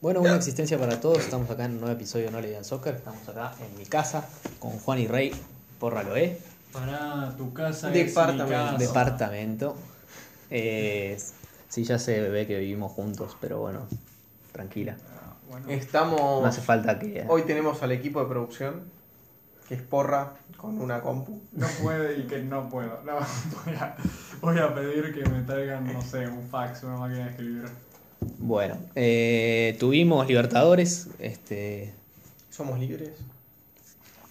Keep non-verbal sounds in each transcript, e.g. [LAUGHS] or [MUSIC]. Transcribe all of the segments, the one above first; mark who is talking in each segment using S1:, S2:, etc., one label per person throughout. S1: Bueno, una existencia para todos. Estamos acá en un nuevo episodio de No Le Digan Soccer. Estamos acá en mi casa con Juan y Rey ¿eh? por Raloé,
S2: Para tu casa
S3: Departamento.
S2: es mi casa.
S1: departamento. Eh, sí, ya se ve que vivimos juntos, pero bueno, tranquila.
S2: Ah, bueno.
S3: Estamos.
S1: No hace falta que.
S3: Hoy tenemos al equipo de producción, que es Porra, con una compu.
S2: No puedo y que no puedo. No, [LAUGHS] voy, a, voy a pedir que me traigan, no sé, un fax, una máquina de escribir.
S1: Bueno, eh, tuvimos Libertadores. Este,
S3: Somos libres.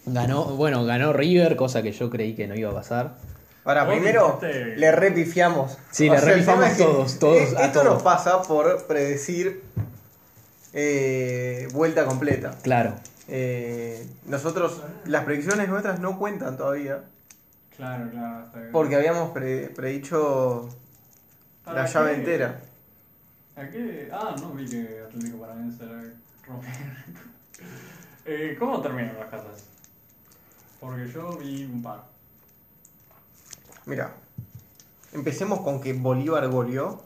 S1: ganó, bueno, ganó River, cosa que yo creí que no iba a pasar.
S3: Ahora,
S2: Vos
S3: primero
S2: dijiste-
S3: le repifiamos.
S1: Sí, le
S3: el
S1: repifiamos
S3: tema es que
S1: todos, todos,
S3: e-
S1: a
S3: esto
S1: todos.
S3: nos pasa por predecir eh, vuelta completa.
S1: Claro,
S3: Eh, nosotros, las predicciones nuestras no cuentan todavía,
S2: Claro, claro, está bien.
S3: porque habíamos pre- predicho
S2: ¿Para
S3: la llave
S2: qué?
S3: entera.
S2: ¿A qué? Ah, no vi que Atlético Paranaense era romper. [LAUGHS] eh, ¿Cómo terminan las casas? Porque yo vi un par.
S3: Mira, empecemos con que Bolívar goleó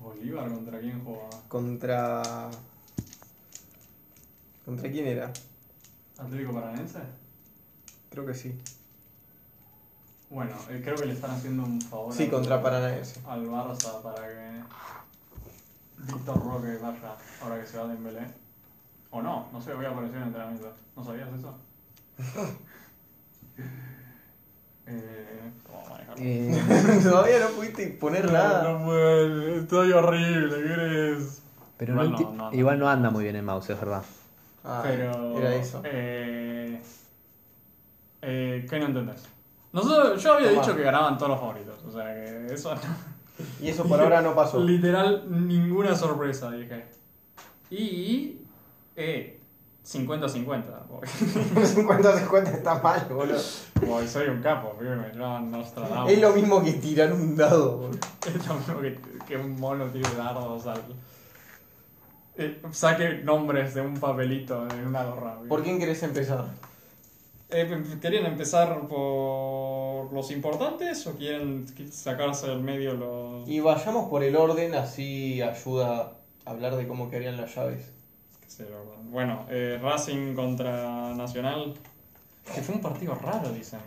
S2: Bolívar contra quién jugaba.
S3: contra. ¿Contra quién era?
S2: ¿Atlético Paranaense?
S3: Creo que sí.
S2: Bueno, eh, creo que le están haciendo un favor.
S3: Sí, [LAUGHS]
S2: al-
S3: contra Paranaense.
S2: al Barça para que Víctor Roque vaya ahora que se va Dembélé. O no, no sé, voy a aparecer en el entrenamiento. ¿No sabías eso? [LAUGHS] eh, ¿Cómo manejarlo?
S1: eh,
S3: Todavía no pudiste poner nada.
S2: No puede, estoy horrible, ¿qué eres?
S1: pero
S2: Igual
S1: no
S2: no,
S1: enti-
S2: no, no.
S1: igual no anda muy bien el mouse, es verdad.
S3: Ah,
S2: Pero.
S3: Era eso.
S2: Eh, eh, ¿Qué no entendés? Nosotros, yo había
S3: Tomá.
S2: dicho que ganaban todos los favoritos, o sea que eso no.
S3: Y eso
S2: [LAUGHS]
S3: por ahora no pasó. [LAUGHS]
S2: Literal, ninguna sorpresa, dije. Y. Eh. 50-50. porque- [LAUGHS]
S3: 50-50 está mal, boludo.
S2: Porque soy un capo, firme. No, Nostradamus.
S3: Es lo mismo que tirar un dado, boludo.
S2: [LAUGHS] Es lo mismo que, que un mono tire dardos al. Eh, saque nombres de un papelito, de una gorra. ¿viste?
S3: ¿Por quién querés empezar?
S2: Eh, ¿Querían empezar por los importantes o quieren sacarse del medio los.
S3: Y vayamos por el orden, así ayuda a hablar de cómo quedarían las llaves.
S2: qué sé yo? Bueno, eh, Racing contra Nacional. Que fue un partido raro, dicen.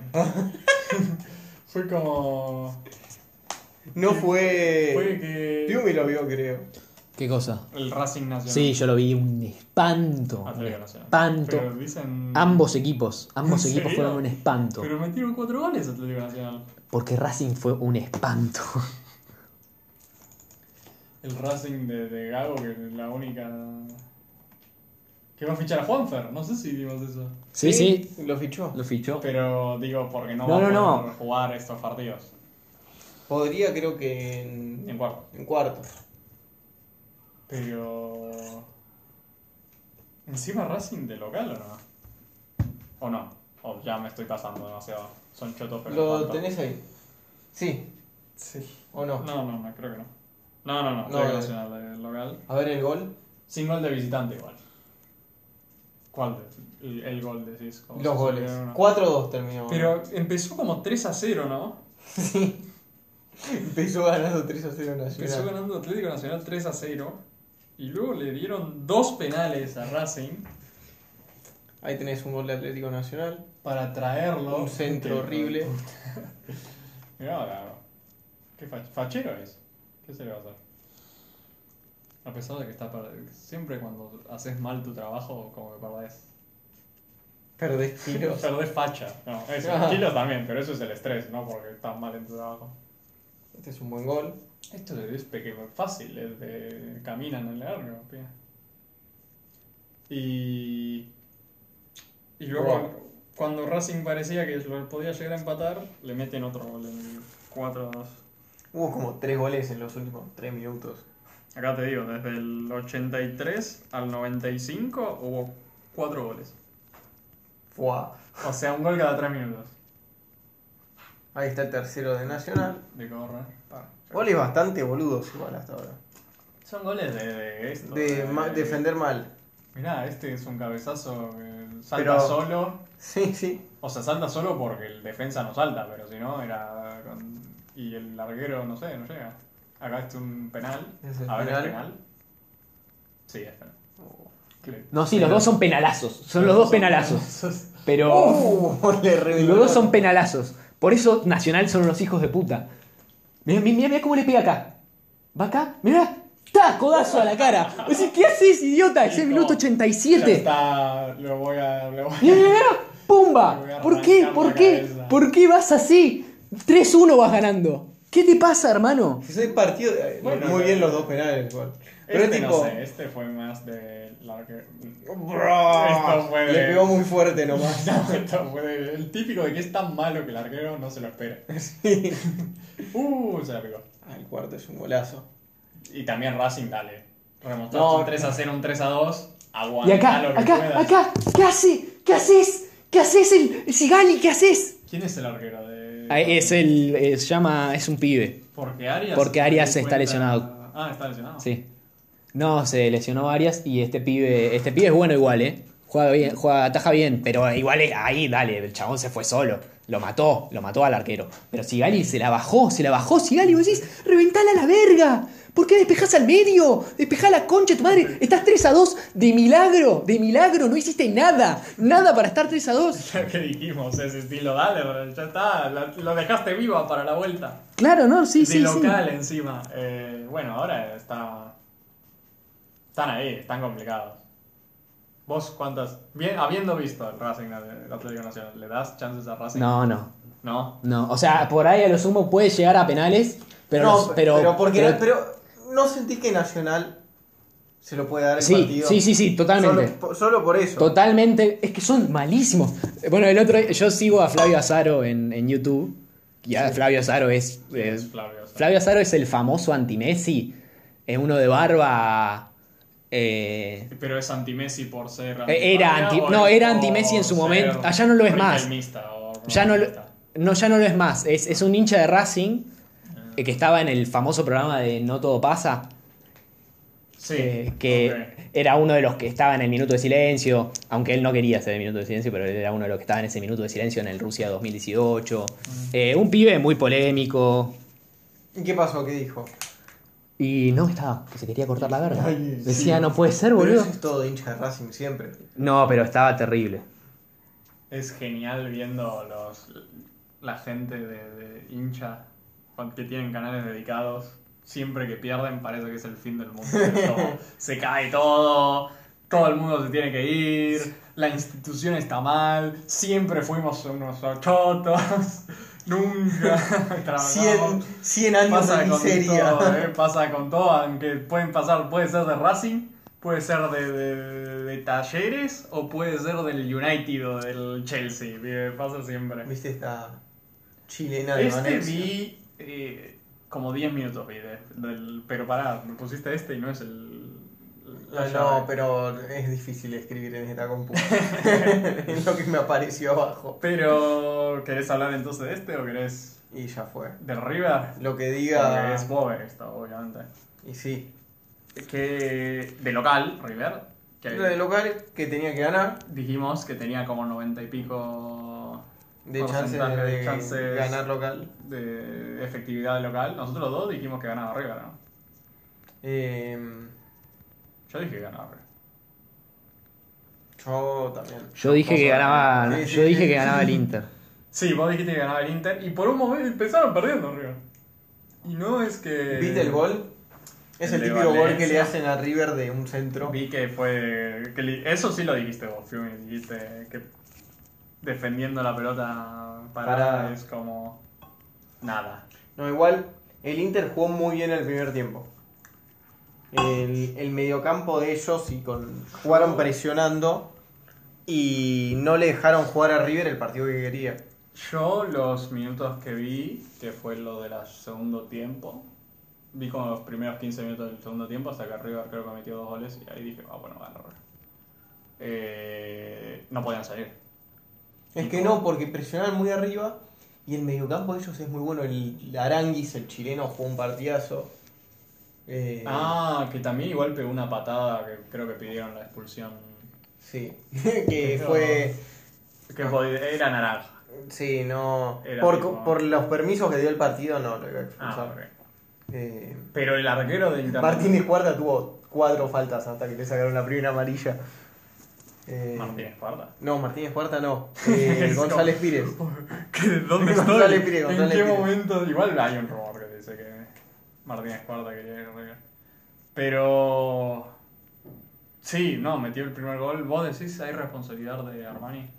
S2: [LAUGHS] fue como.
S3: No fue.
S2: Fue que.
S3: Piumi lo vio, creo.
S1: ¿Qué cosa?
S2: El Racing Nacional.
S1: Sí, yo lo vi un espanto. Un
S2: Atlético Nacional.
S1: espanto.
S2: Pero dicen.
S1: Ambos equipos, ambos
S2: ¿En
S1: equipos
S2: serio?
S1: fueron un espanto.
S2: Pero metieron cuatro goles Atlético Nacional.
S1: Porque Racing fue un espanto. [LAUGHS]
S2: El Racing de, de Gago, que es la única. Que va a fichar a Juanfer. No sé si vimos eso.
S1: Sí, sí.
S3: Lo fichó.
S1: Lo fichó.
S2: Pero digo, porque no,
S1: No,
S2: va
S1: no,
S2: a
S1: no.
S2: poder jugar estos partidos.
S3: Podría, creo que en.
S2: En cuarto.
S3: en cuarto.
S2: Pero. Encima Racing de local o no? O no. O ya me estoy pasando demasiado. Son chotos, pero.
S3: ¿Lo
S2: tanto.
S3: tenés ahí? Sí,
S2: Sí.
S3: o no.
S2: No, no, no, creo que no. No, no, no.
S3: No,
S2: Atlético
S3: eh.
S2: Nacional de local.
S3: A ver el gol.
S2: Sin gol de visitante igual. ¿Cuál? de- el, el gol decís. como
S3: Los
S2: si
S3: goles.
S2: hubiera uno.
S3: 4-2 terminó.
S2: Pero empezó como 3 a 0, ¿no?
S3: [LAUGHS] Sí. Empezó ganando 3 a 0
S2: Empezó
S3: Nacional.
S2: ganando Atlético Nacional 3 a 0. Y luego le dieron dos penales a Racing
S3: Ahí tenés un gol de Atlético Nacional.
S2: para traerlo.
S3: Un centro
S2: Que-
S3: horrible.
S2: Mirá, ahora, Qué fach- fachero es. ¿Qué se le va a hacer? A pesar de que está perdido. Siempre cuando haces mal tu trabajo, como que perdés.
S3: Perdés
S1: [LAUGHS]
S3: tiros.
S2: Perdés facha. No, eso.
S3: Ah.
S2: Kilos también, pero eso es el estrés, ¿no? Porque estás mal en tu trabajo.
S3: Este es un buen gol.
S2: Esto es pequeño, fácil, es de caminan en el árbol, pía. Y. Y luego,
S3: Wow.
S2: cuando Racing parecía que lo podía llegar a empatar, le meten otro gol en 4 2.
S3: Hubo como 3 goles en los últimos 3 minutos.
S2: Acá te digo, desde el 83 al 95 hubo 4 goles.
S3: Fua.
S2: O sea, un gol cada 3 minutos.
S3: Ahí está el tercero de Nacional.
S2: De correr.
S3: Goles bastante boludos igual hasta ahora.
S2: Son goles de, de esto.
S3: De
S1: eh,
S3: ma- defender mal.
S2: Mirá, este es un cabezazo que salta
S3: Pero-
S2: solo.
S3: Sí, sí.
S2: O sea, salta solo porque el defensa no salta, pero si no, era. con- Y el larguero, no sé, no llega. Acá está un penal.
S3: Es el
S2: a ver,
S3: penal.
S2: el penal. Sí, es penal. Creo.
S1: No, sí, los dos son penalazos. Son los dos penalazos. Pero
S3: ¡Uh! [LAUGHS] Le reveló.
S1: Oh. los dos son penalazos. Por eso Nacional son unos hijos de puta. Mirá, mirá, mirá cómo le pega acá. Va acá, mirá. ¡Ta! Codazo a la cara. O sea, ¿Qué haces, idiota? Es el
S2: Hijo,
S1: minuto
S2: Ya
S1: 87.
S2: está, lo voy a. Lo voy
S1: Mirá, mirá,
S2: a...
S1: mirá.
S2: Me voy
S1: ¡Pumba!
S2: a
S1: ¿Por qué?
S2: arrancar
S1: ¿Por
S2: la
S1: qué?
S2: cabeza.
S1: ¿Por qué vas así? 3-1 vas ganando. ¿Qué te pasa, hermano?
S3: Ese partido. eh,
S2: Bueno,
S3: muy
S2: no.
S3: bien los dos penales, igual. Pero
S2: Este
S3: tipo.
S2: no sé, este fue más de la que.
S3: Bro,
S2: Esto fue
S3: le
S2: de-
S3: pegó muy fuerte
S2: [LAUGHS]
S3: nomás. [LAUGHS]
S2: No, esto fue de- el típico de que es tan malo que el arquero no se lo espera. Uh, se la pegó.
S3: Ah, el cuarto es un golazo.
S2: Y también Racing, dale. Remontaste
S3: No,
S2: un 3 a 0, un 3 a 2.
S1: Y
S2: Aguanta
S1: acá,
S2: lo que puedas.
S1: acá, acá. ¿Qué hace? ¿Qué haces? ¿Qué haces, el Sigali? ¿Qué haces?
S2: ¿Quién es el arquero de.?
S1: Ah, Es el. eh, Se llama. Es un pibe.
S2: Porque Arias.
S1: Porque Arias
S2: se dio
S1: está lesionado.
S2: Ah, está lesionado.
S1: Sí. No, se lesionó Arias y este pibe. Este pibe es bueno igual, ¿eh? Juega bien, juega, ataja bien, pero igual eh, ahí, dale, el chabón se fue solo. Lo mató, lo mató al arquero. Pero Sigali se la bajó, se la bajó Sigali, vos decís, reventala a la verga. ¿Por qué despejás al medio? Despejá la concha de tu madre. Estás 3 a 2 de milagro, de milagro, no hiciste nada, nada para estar 3 a 2.
S2: [LAUGHS] Ya que dijimos, ese estilo, dale, ya está. la- Lo dejaste viva para la vuelta.
S1: Claro, no, sí,
S2: de
S1: sí, sí.
S2: local encima. Eh, bueno, ahora está. Están ahí, están complicados. ¿Vos cuántas? Bien, habiendo visto el Racing el Atlético Nacional, ¿le das chances a Racing?
S1: No, no.
S2: ¿No?
S1: No, o sea, por ahí a lo sumo puede llegar a penales, pero
S3: no,
S1: los- pero,
S3: porque
S1: pero-
S3: no, pero no sentís que Nacional se lo puede dar el
S1: sí,
S3: partido.
S1: sí, sí, sí, totalmente.
S3: Solo, po- solo por eso.
S1: Totalmente, es que son malísimos. Eh, Bueno, el otro, yo sigo a Flavio Azaro en, en YouTube. Y a Flavio Azaro es, es-
S2: Es Flavio. o sea,
S1: Eh, Flavio Azaro es el famoso anti-Messi. Es uno de barba. eh,
S2: Pero es anti-Messi por ser.
S1: era
S2: anti-
S1: anti- no, era
S2: o
S1: anti-Messi en su
S2: ser
S1: momento. Ah, ya no lo es más.
S2: riquelmista o
S1: ya no, lo-
S2: romanista.
S1: no, ya no lo es más. Es, es un hincha de Racing eh, que estaba en el famoso programa de No Todo Pasa.
S2: Sí.
S1: eh, que
S2: ok.
S1: era uno de los que estaba en el minuto de silencio, aunque él no quería ser el minuto de silencio, pero él era uno de los que estaba en ese minuto de silencio en el Rusia 2018.
S3: Mm.
S1: Eh, un pibe muy polémico.
S3: ¿Y qué pasó? ¿Qué dijo?
S1: Y no, estaba, que se quería cortar la verga.
S3: Ay, sí.
S1: Decía, no puede ser,
S3: Pero
S1: boludo.
S3: eso es todo de hincha de Racing siempre.
S1: No, pero estaba terrible.
S2: Es genial viendo los la gente de, de hincha con- que tienen canales dedicados. Siempre que pierden parece que es el fin del mundo. Es como, se cae todo, todo el mundo se tiene que ir, la institución está mal, siempre fuimos unos chotos, [LAUGHS] nunca
S3: 100,
S2: trabajamos.
S3: 100 años
S2: Pasa
S3: de
S2: con
S3: miseria.
S2: todo, eh, pasa con todo, aunque pueden pasar, puede ser de Racing, puede ser de, de- de Talleres o puede ser del United o del Chelsea, eh, pasa siempre.
S3: [LAUGHS] ¿Viste esta chilena de
S2: Este
S3: Valencia?
S2: vi eh, como 10 minutos, vi, de- del- pero pará, me pusiste este y no es el... la
S3: Ah, No,
S2: llave.
S3: no, pero es difícil escribir en
S2: [LAUGHS]
S3: esta compu. [LAUGHS] es lo que me apareció abajo.
S2: Pero, ¿querés hablar entonces de este o querés
S3: Y ya fue.
S2: de River?
S3: Lo que
S2: Porque
S3: diga.
S2: es Bober esto, obviamente.
S3: Y sí.
S2: Que de local, River. Que
S3: Era de local que tenía que ganar.
S2: dijimos que tenía como 90 y pico
S3: De chances
S2: porcentaje
S3: de,
S2: de chances
S3: ganar local.
S2: de efectividad local. Nosotros dos dijimos que ganaba River, ¿no?
S3: Eh,
S2: Yo dije que ganaba River.
S3: yo también.
S1: Yo dije que
S2: Cosa-
S1: ganaba,
S3: Sí, sí,
S1: yo
S3: sí,
S1: dije
S3: sí.
S1: que ganaba el Inter.
S2: Sí, vos dijiste que ganaba el Inter y por un momento empezaron perdiendo River. Y no es que...
S3: ¿Viste el gol? Es
S2: el
S3: el
S2: de
S3: típico gol que
S2: Valencia.
S3: le hacen a River de un centro.
S2: Vi que fue... que li- Eso sí lo dijiste vos, Fiumi. Dijiste que defendiendo la pelota parada
S3: Parada.
S2: es como... Nada.
S3: No, igual el Inter jugó muy bien el primer tiempo. El, el mediocampo de ellos y con, jugaron presionando y no le dejaron jugar a River el partido que quería.
S2: Yo los minutos que vi, que fue lo del segundo tiempo, vi como los primeros 15 minutos del segundo tiempo, hasta que River creo que metió dos goles y ahí dije, ah, bueno, gana River. Eh, no podían salir.
S3: Es que no, porque presionaron muy arriba y el mediocampo de ellos es muy bueno. El Aranguis, el chileno, jugó un partidazo. Eh,
S2: Ah, que también igual pegó una patada que creo que pidieron la expulsión.
S3: Sí, [LAUGHS] que fue...
S2: Que pod- era naranja.
S3: Sí, no...
S2: Era
S3: Por,
S2: tipo-
S3: por los permisos que dio el partido no lo iba a
S2: Ah,
S3: expulsar.
S2: ok.
S3: Eh,
S2: Pero el arquero de Inter
S3: Martínez Cuarta tuvo cuatro faltas hasta que le sacaron la primera amarilla. Eh,
S2: Martínez Parda.
S3: No, Martínez
S2: [LAUGHS]
S3: Cuarta no. Eh,
S2: Es como-
S3: González Pires.
S2: ¿Dónde estoy?
S3: González Pires,
S2: ¿En
S3: González
S2: qué
S3: Pires.
S2: momento? Igual hay un rumor que dice que Martínez Cuarta quería ir a River. Pero. Sí, no, metió el primer gol. ¿Vos decís hay responsabilidad de Armani?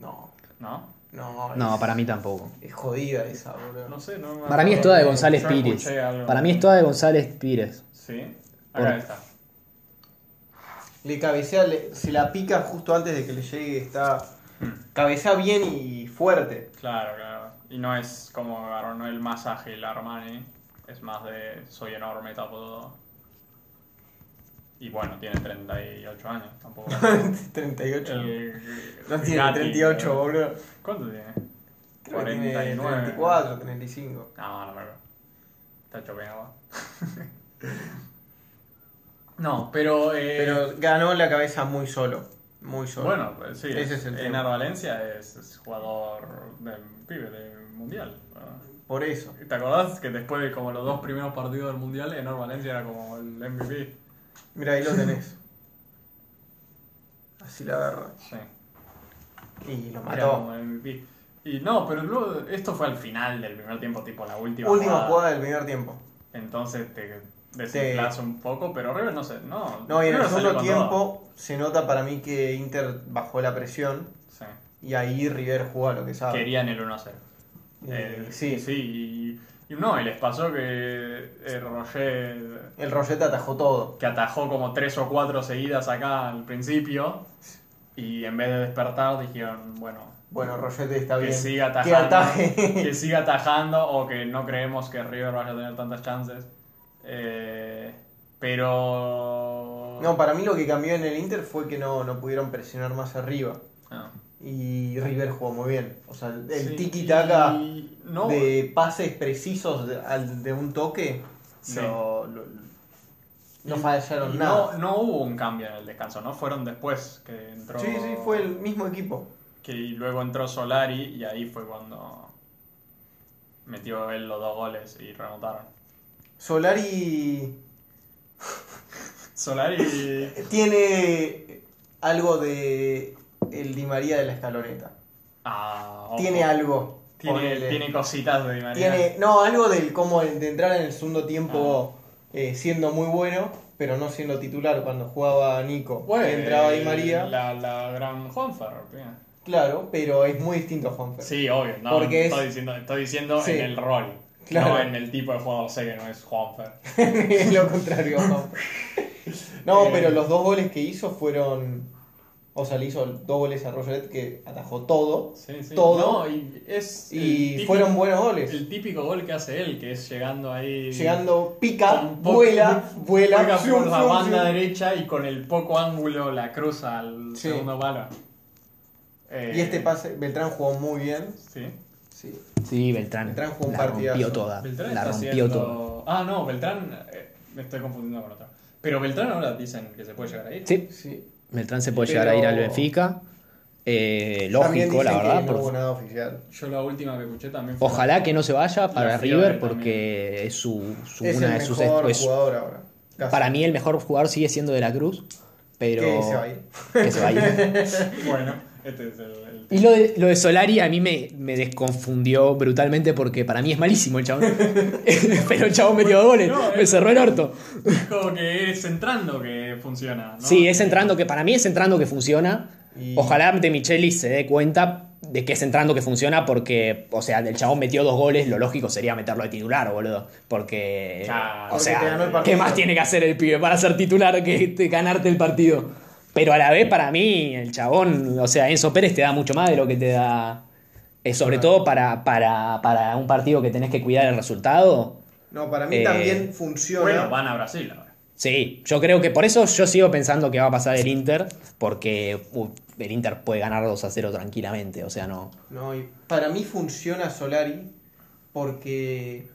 S3: No,
S2: ¿No?
S3: no.
S1: No,
S3: es-
S1: para mí tampoco.
S3: Es jodida esa, boludo.
S2: No sé, no. me
S1: Para mí es
S2: acuerdo.
S1: toda de González
S2: Yo
S1: Pires.
S2: escuché algo.
S1: Para mí es toda de González Pires.
S2: Sí,
S1: Por-
S2: acá está.
S3: Le cabecea, le- se la pica justo antes de que le llegue. Está.
S1: Hmm.
S3: Cabecea bien y fuerte. [LAUGHS]
S2: Claro, claro. Y no es como agarró, no el más ágil Armani. Es más de soy enorme, tapo todo. Y bueno, tiene 38 años, tampoco.
S3: 38.
S2: El-
S3: no tiene
S2: Gatti,
S3: 38,
S2: eh,
S3: boludo.
S2: ¿Cuánto tiene?
S3: Creo que tiene
S2: 49.
S3: 34, 35.
S2: Ah, No, no me acuerdo. Está chopeado. [LAUGHS] no, pero. eh,
S3: Pero ganó la cabeza muy solo. Muy solo.
S2: Bueno, pues sí.
S3: Ese
S2: es-
S3: es el
S2: Enar
S3: tema.
S2: Valencia es, es jugador del pibe del mundial. ¿verdad?
S3: Por eso.
S2: ¿Te acordás que después de como los dos primeros partidos del mundial, Enar Valencia era como el MVP?
S3: Mira, ahí lo tenés. Así la agarra.
S2: Sí.
S3: Y lo
S2: Era
S3: mató.
S2: como el MVP. Y no, pero luego, esto fue al final del primer tiempo, tipo la última.
S3: Última jugada del primer tiempo.
S2: Entonces te desinflas un poco, pero River no sé, no.
S3: No, y en
S2: River
S3: el
S2: salió
S3: segundo
S2: con
S3: tiempo se nota para mí que Inter bajó la presión
S2: todo. Sí.
S3: y ahí River jugó a lo que sabe.
S2: Querían el 1-0.
S3: Eh,
S2: Eh,
S3: sí.
S2: Sí, y, y no, y les pasó que eh, Roger,
S3: El Roget atajó todo.
S2: que atajó como tres o cuatro seguidas acá al principio, y en vez de despertar dijeron, bueno,
S3: Bueno, Roget está
S2: que
S3: bien.
S2: siga
S3: Que
S2: atajando. [LAUGHS]
S3: ataje. [LAUGHS]
S2: que siga atajando o que no creemos que River vaya a tener tantas chances. Eh, pero...
S3: No, para mí lo que cambió en el Inter fue que no, no pudieron presionar más arriba.
S2: No.
S3: Y River jugó muy bien. O sea, el
S2: Sí,
S3: tiki-taka
S2: y no,
S3: de pases precisos de, al- de un toque
S2: Sí.
S3: lo- lo- no
S2: Y-
S3: fallaron
S2: y
S3: nada.
S2: No, no hubo un cambio en el descanso, ¿no? Fueron después que entró.
S3: Sí, sí, fue el mismo equipo.
S2: Que y luego entró Solari y ahí fue cuando metió él los dos goles y remontaron. [LAUGHS]
S3: Solari
S2: Solari.
S3: tiene algo de el Di María de la escaloneta.
S2: Ah, ojo.
S3: Tiene algo.
S2: Tiene,
S3: Ponele.
S2: tiene cositas de Di María.
S3: Tiene- no, algo del como el de entrar en el segundo
S2: Ah.
S3: tiempo eh, siendo muy bueno, pero no siendo titular cuando jugaba Nico.
S2: Bueno,
S3: y entraba Di
S2: eh,
S3: María.
S2: La, la gran Juanfer. mira.
S3: Claro, pero es muy distinto a Juanfer.
S2: Sí, obvio. No,
S3: Porque
S2: estoy,
S3: es-
S2: diciendo, estoy diciendo
S3: Sí.
S2: en el rol.
S3: Claro.
S2: No en el tipo de jugador. Sé que no es Juanfer.
S3: Es [LAUGHS]
S2: [LAUGHS]
S3: lo contrario. No, No,
S2: Eh.
S3: pero los dos goles que hizo fueron. O sea, le hizo dos goles a Roger que atajó todo.
S2: Sí, sí.
S3: Todo.
S2: No, y es el
S3: Y
S2: típico-
S3: fueron buenos goles.
S2: El típico gol que hace él, que es llegando ahí.
S3: Llegando, pica,
S2: con poco-
S3: vuela, vuela.
S2: juega
S3: fium,
S2: por la
S3: fium,
S2: banda
S3: fium.
S2: derecha y con el poco ángulo la cruza al
S3: Sí.
S2: segundo palo. Eh,
S3: Y este pase, Beltrán jugó muy bien.
S2: Sí.
S3: Sí.
S1: Sí, Beltrán.
S3: Beltrán jugó un
S1: la
S3: partidazo.
S1: rompió toda.
S2: Beltrán
S1: la
S2: está
S1: rompió
S2: haciendo-
S1: toda.
S2: Ah, no, Beltrán. eh, me estoy confundiendo con otro. Pero Beltrán ahora dicen que se puede llegar ahí.
S1: Sí,
S3: sí.
S1: Beltrán se puede
S3: Pero-
S1: llegar a ir al Benfica. Eh,
S3: También
S1: lógico,
S3: dicen
S1: la verdad.
S3: que
S1: por-
S3: no hubo nada oficial.
S2: Yo la última que escuché también fue.
S1: Ojalá que no se vaya para
S2: La
S1: River
S2: Fiore
S1: porque es su, su-
S3: es
S1: una
S3: el
S1: de sus
S3: mejor
S1: es-
S3: jugador ahora. Casi.
S1: para mí el mejor jugador sigue siendo De la Cruz, pero
S3: Que se va a ir.
S1: que se va a
S3: [LAUGHS]
S1: ir.
S2: [LAUGHS] Bueno, este es el. el-
S1: Y lo de, lo de Solari a mí me, me desconfundió brutalmente porque para mí es malísimo el
S3: [LAUGHS]
S1: chabón. [LAUGHS] pero el chabón metió dos goles,
S2: No,
S1: me
S2: es-
S1: cerró el orto.
S2: Como que es entrando que funciona. ¿no?
S1: Sí, es entrando que para mí es entrando que funciona.
S3: Y-
S1: Ojalá de Micheli se dé cuenta de que es entrando que funciona porque, o sea, el chabón metió dos goles, lo lógico sería meterlo de titular, boludo. Porque,
S2: Claro.
S1: o
S3: Porque
S1: sea,
S3: te ganó el
S1: ¿qué
S3: partido.
S1: más tiene que hacer el pibe para ser titular que te- ganarte el partido? Pero a la vez, para mí, el chabón, o sea, Enzo Pérez te da mucho más de lo que te da. eh, sobre
S3: Claro.
S1: todo para, para, para un partido que tenés que cuidar el resultado.
S3: No, para mí
S1: Eh,
S3: también funciona.
S2: Bueno, van a Brasil ahora.
S1: Sí, yo creo que por eso yo sigo pensando que va a pasar el Inter, porque uh, el Inter puede ganar 2 a 0 tranquilamente, o sea, no.
S3: No, y para mí funciona Solari porque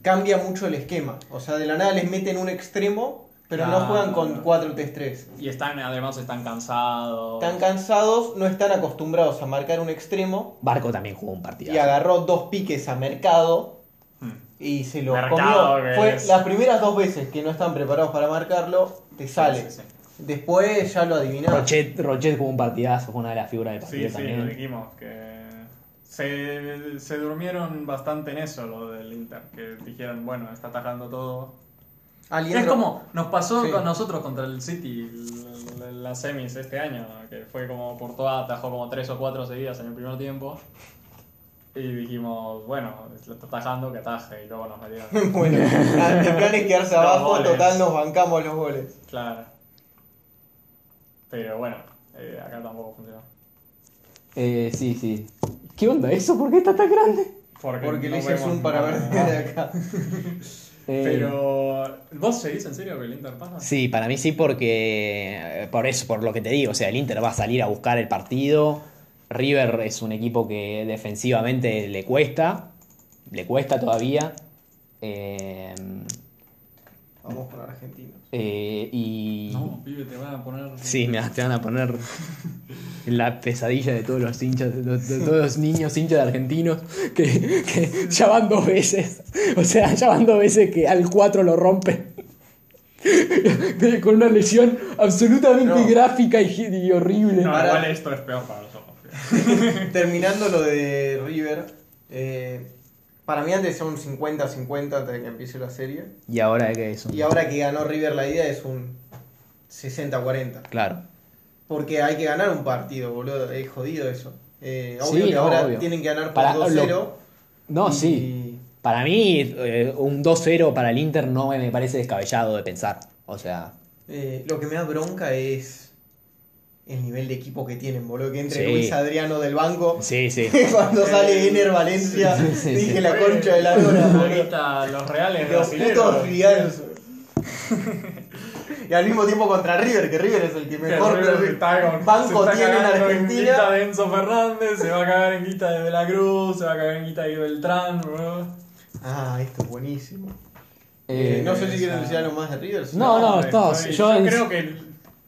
S3: cambia mucho el esquema. O sea, de la nada les meten un extremo, pero no
S2: Claro.
S3: juegan con 4-3-3.
S2: Y están, además están cansados.
S3: Están cansados, no están acostumbrados a marcar un extremo.
S1: Barco también jugó un partido.
S3: Y agarró dos piques a mercado.
S2: Mm.
S3: Y se lo
S2: Mercado,
S3: comió.
S2: que
S3: Fue
S2: es-
S3: las primeras dos veces que no están preparados para marcarlo, te sale.
S2: Sí, sí,
S3: Después ya lo adivinás.
S1: Rochet, Rochet jugó un partidazo, fue una de las figuras del partido
S2: Sí, sí, lo
S1: también.
S2: dijimos que se, se durmieron bastante en eso lo del Inter, que dijeron, bueno, está atajando todo.
S3: Alguien
S2: Es
S3: tro-
S2: como nos pasó
S3: Sí.
S2: con nosotros contra el City l- l- las semis este año, que fue como Courtois atajó como tres o cuatro seguidas en el primer tiempo. Y dijimos, bueno, lo está atajando, que ataje, y luego nos
S3: [LAUGHS]
S2: metieron.
S3: [LAUGHS] Bueno, el plan es quedarse
S2: [LAUGHS] Los
S3: abajo,
S2: goles.
S3: total nos bancamos los goles.
S2: claro. Pero bueno, eh, acá tampoco funcionó.
S1: Eh, sí, sí. ¿Qué onda eso? ¿Por qué está tan grande?
S3: Porque
S2: no
S3: le hice
S2: vemos
S3: zoom para ver
S2: nada.
S3: desde acá.
S1: Eh,
S2: [LAUGHS] Pero. ¿Vos seguís en serio que el Inter pasa?
S1: Sí, para mí sí, porque. eh, Por eso, por lo que te digo. O sea, el Inter va a salir a buscar el partido. River es un equipo que defensivamente le cuesta. Le cuesta todavía. Eh,
S3: Vamos con argentinos.
S1: eh, y.
S2: No, pibe, te van a poner.
S1: Sí, me te van a poner la pesadilla de todos los hinchas, de, de todos los niños hinchas de argentinos que, que ya van dos veces. O sea, ya van dos veces que al 4 lo rompen. Con una lesión absolutamente
S3: No.
S1: gráfica y, gi- y horrible.
S2: No,
S3: Ahora-
S2: igual esto es peor para nosotros.
S3: [LAUGHS] [LAUGHS] Terminando lo de River, eh, para mí antes era un 50-50 antes de que empiece la serie.
S1: Y ahora es que eso.
S3: Y ahora que ganó River la idea es un 60-40.
S1: Claro.
S3: Porque hay que ganar un partido, boludo. Es jodido eso. Eh,
S1: Sí,
S3: obvio que
S1: no,
S3: ahora
S1: obvio.
S3: tienen que ganar por
S1: Para-
S3: 2-0.
S1: No,
S3: y-
S1: sí. Para mí, eh, un 2-0 para el Inter no me parece descabellado de pensar. O sea,
S3: Eh, lo que me da bronca es el nivel de equipo que tienen, boludo. Que entre
S1: Sí.
S3: Luis Adriano del banco,
S1: sí, sí.
S3: [LAUGHS] cuando sale Ener Valencia,
S1: Sí, sí, sí,
S3: dije
S1: sí.
S3: la concha de la lora, boludo.
S2: Ahorita los reales
S3: Los putos
S2: brasileños.
S3: friados. [LAUGHS] y al mismo tiempo contra River, que River es el que mejor
S2: Que River está con- se
S3: banco
S2: está
S3: tiene en
S2: cagando guita
S3: Argentina.
S2: de Enzo Fernández, se va a cagar en guita de De la Cruz, se va a cagar en guita de Beltrán, bro.
S3: Ah, esto es buenísimo.
S1: Eh,
S3: Eh, no sé si quieren
S2: esa-
S3: decir algo más de River. si
S1: No, no, no,
S2: estoy-
S1: yo en-
S2: creo que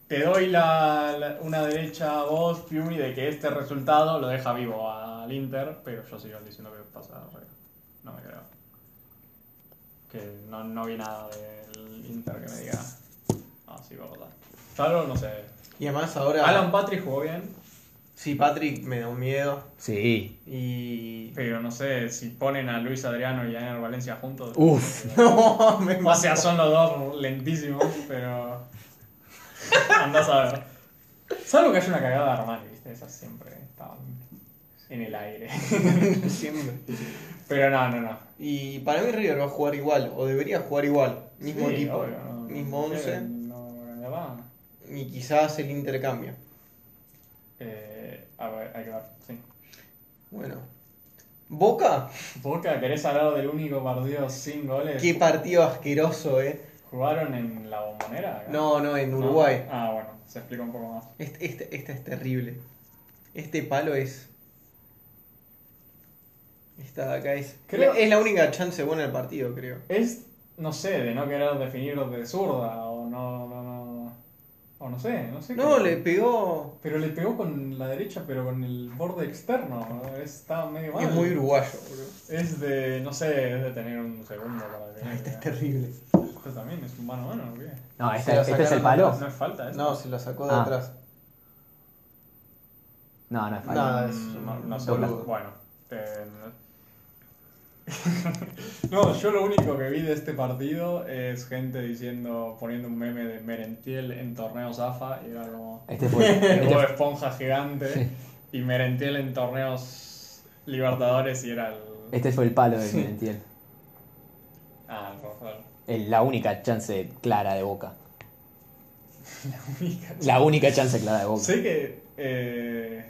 S2: te doy la, la- una derecha a vos, Piumi, de que este resultado lo deja vivo al Inter, pero yo sigo diciendo que pasa River. No me creo. Que no, no vi nada del Inter que me diga. Ah, sí, va a pasar. Salvo, no sé.
S3: Y además ahora.
S2: Alan Patrick jugó bien,
S3: Sí, Patrick me da un miedo.
S1: Sí.
S2: [LAUGHS]
S3: Y.
S2: pero no sé si ponen a Luis Adriano y a Ener Valencia juntos. Eh,
S1: Uf.
S3: No, [LAUGHS] me
S2: O sea, son los dos lentísimos, pero. Andás a ver. Salvo que haya una cagada de Armani, ¿viste? Esas siempre estaban en el aire.
S3: Siempre.
S2: Pero no, no, no.
S3: Y para mí River va a jugar igual, o debería jugar igual. Mismo
S2: Sí,
S3: equipo,
S2: obvio, no,
S3: mismo
S2: no sé,
S3: 11.
S2: No, cambiaba.
S3: Y quizás el intercambio.
S2: Eh, a ver, hay que ver, sí.
S3: Bueno. Boca,
S2: Boca, ¿querés hablar del único partido sin goles?
S3: qué partido asqueroso, eh.
S2: ¿Jugaron en la bombonera? acá?
S3: No, no, en Uruguay.
S2: Ah, bueno, se explica un poco más.
S3: Este, este, esta es terrible. Este palo es. Esta de acá es.
S2: Creo-
S3: Es la única chance buena del partido, creo.
S2: Es, no sé, de no querer definir de zurda o no, no, no. O no sé, no sé.
S3: No,
S2: qué-
S3: le pegó.
S2: Pero le pegó con la derecha, pero con el borde externo. ¿no? Está medio mal.
S3: Es muy uruguayo, boludo.
S2: Es de, no sé, es de tener un segundo para definir.
S3: Esta Este es terrible.
S2: Esto también es un mano a mano, ¿o qué?
S1: No, este,
S3: Se la
S1: este es el
S3: sacaron
S1: palo.
S3: atrás.
S2: No es falta, ¿eh?
S3: No, se la sacó de
S1: Ah.
S3: atrás.
S1: No, no es palo.
S3: Nada, es.
S2: No,
S3: un
S2: no sé.
S3: boludo.
S2: Bueno. eh, [LAUGHS] no, yo lo único que vi de este partido es gente diciendo, poniendo un meme de Merentiel en torneos AFA y era como
S1: Este fue.
S2: el
S1: este
S2: Bob
S1: fue-
S2: Esponja gigante
S1: Sí.
S2: y Merentiel en torneos Libertadores y era el...
S1: Este fue el palo de Merentiel.
S2: Ah, el Rafael.
S1: El- La única chance clara de Boca.
S2: Mica.
S1: La única chance clara de Boca.
S2: Sé que... eh,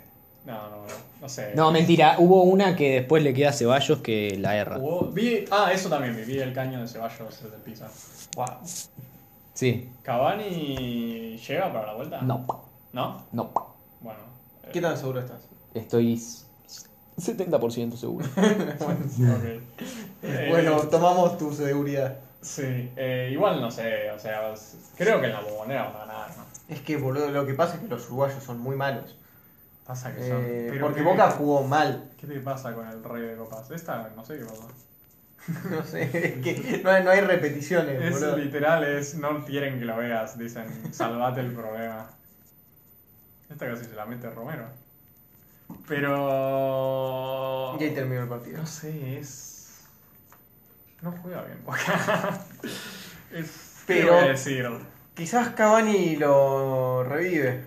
S2: no, no, no sé.
S1: No, mentira. Hubo una que después le queda a Ceballos que la erra.
S2: Hubo- vi, ah, eso también, vi, vi el caño de Ceballos desde el piso.
S3: Guau.
S1: Sí.
S2: ¿Cavani llega para la vuelta?
S1: No,
S2: ¿No?
S1: no.
S2: Bueno. [LAUGHS] eh,
S3: ¿Qué tan seguro estás?
S1: Estoy 70% seguro.
S2: ok. Eh,
S3: Bueno, tomamos tu seguridad.
S2: Sí, eh, igual no sé, o sea, s- creo que en la bombonera van a ganar, ¿no?
S3: Es que, boludo, lo que pasa es que los uruguayos son muy malos.
S2: Pasa
S3: Eh, porque Boca jugó mal.
S2: ¿Qué te pasa con el rey de copas? Esta, no sé qué pasa.
S3: [LAUGHS] No sé, es que no hay, no hay repeticiones,
S2: Es
S3: boludo.
S2: literal, es no quieren que lo veas, dicen, salvate el problema. Esta casi se la mete Romero. Pero...
S3: Y ahí terminó el partido.
S2: No sé, es... No juega bien [LAUGHS] Boca. es... ¿Qué
S3: Pero-
S2: voy a decir?
S3: Quizás Cavani lo revive.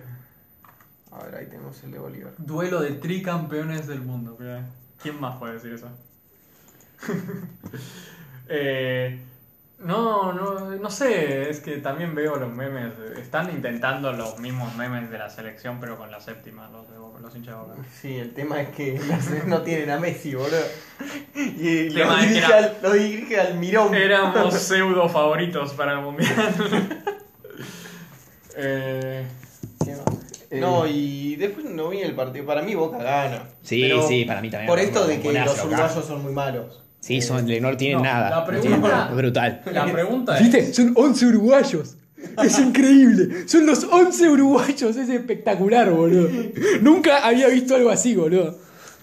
S3: A ver, ahí tenemos el de Bolívar.
S2: Duelo de tricampeones del mundo. mirá. ¿Quién más puede decir eso? [LAUGHS] Eh, no, no, no sé, es que también veo los memes. Están intentando los mismos memes de la selección, pero con la séptima, los, de Boca, los hinchas de Boca.
S3: Sí, el tema es que las- no tienen a Messi, boludo. Y
S2: El
S3: lo
S2: tema es que
S3: dirige,
S2: era-
S3: al, lo dirige al
S2: [LAUGHS]
S3: Mirón.
S2: Éramos pseudo favoritos para el mundial. Eh,
S3: ¿Qué más?
S1: Eh.
S3: No, y después no vi el partido. Para mí Boca gana.
S1: Sí,
S3: Pero
S1: sí, para mí también.
S3: Por esto de que
S1: Bombonazo,
S3: los
S1: acá.
S3: uruguayos son muy malos. Eh,
S1: Sí, son, no tienen
S2: no,
S1: nada.
S2: la
S1: no tienen
S2: pregunta-
S1: nada, brutal.
S2: la pregunta es.
S1: ¿Viste? Son 11 uruguayos. Es increíble. Son los 11 uruguayos. Es espectacular, boludo. Nunca había visto algo así, boludo.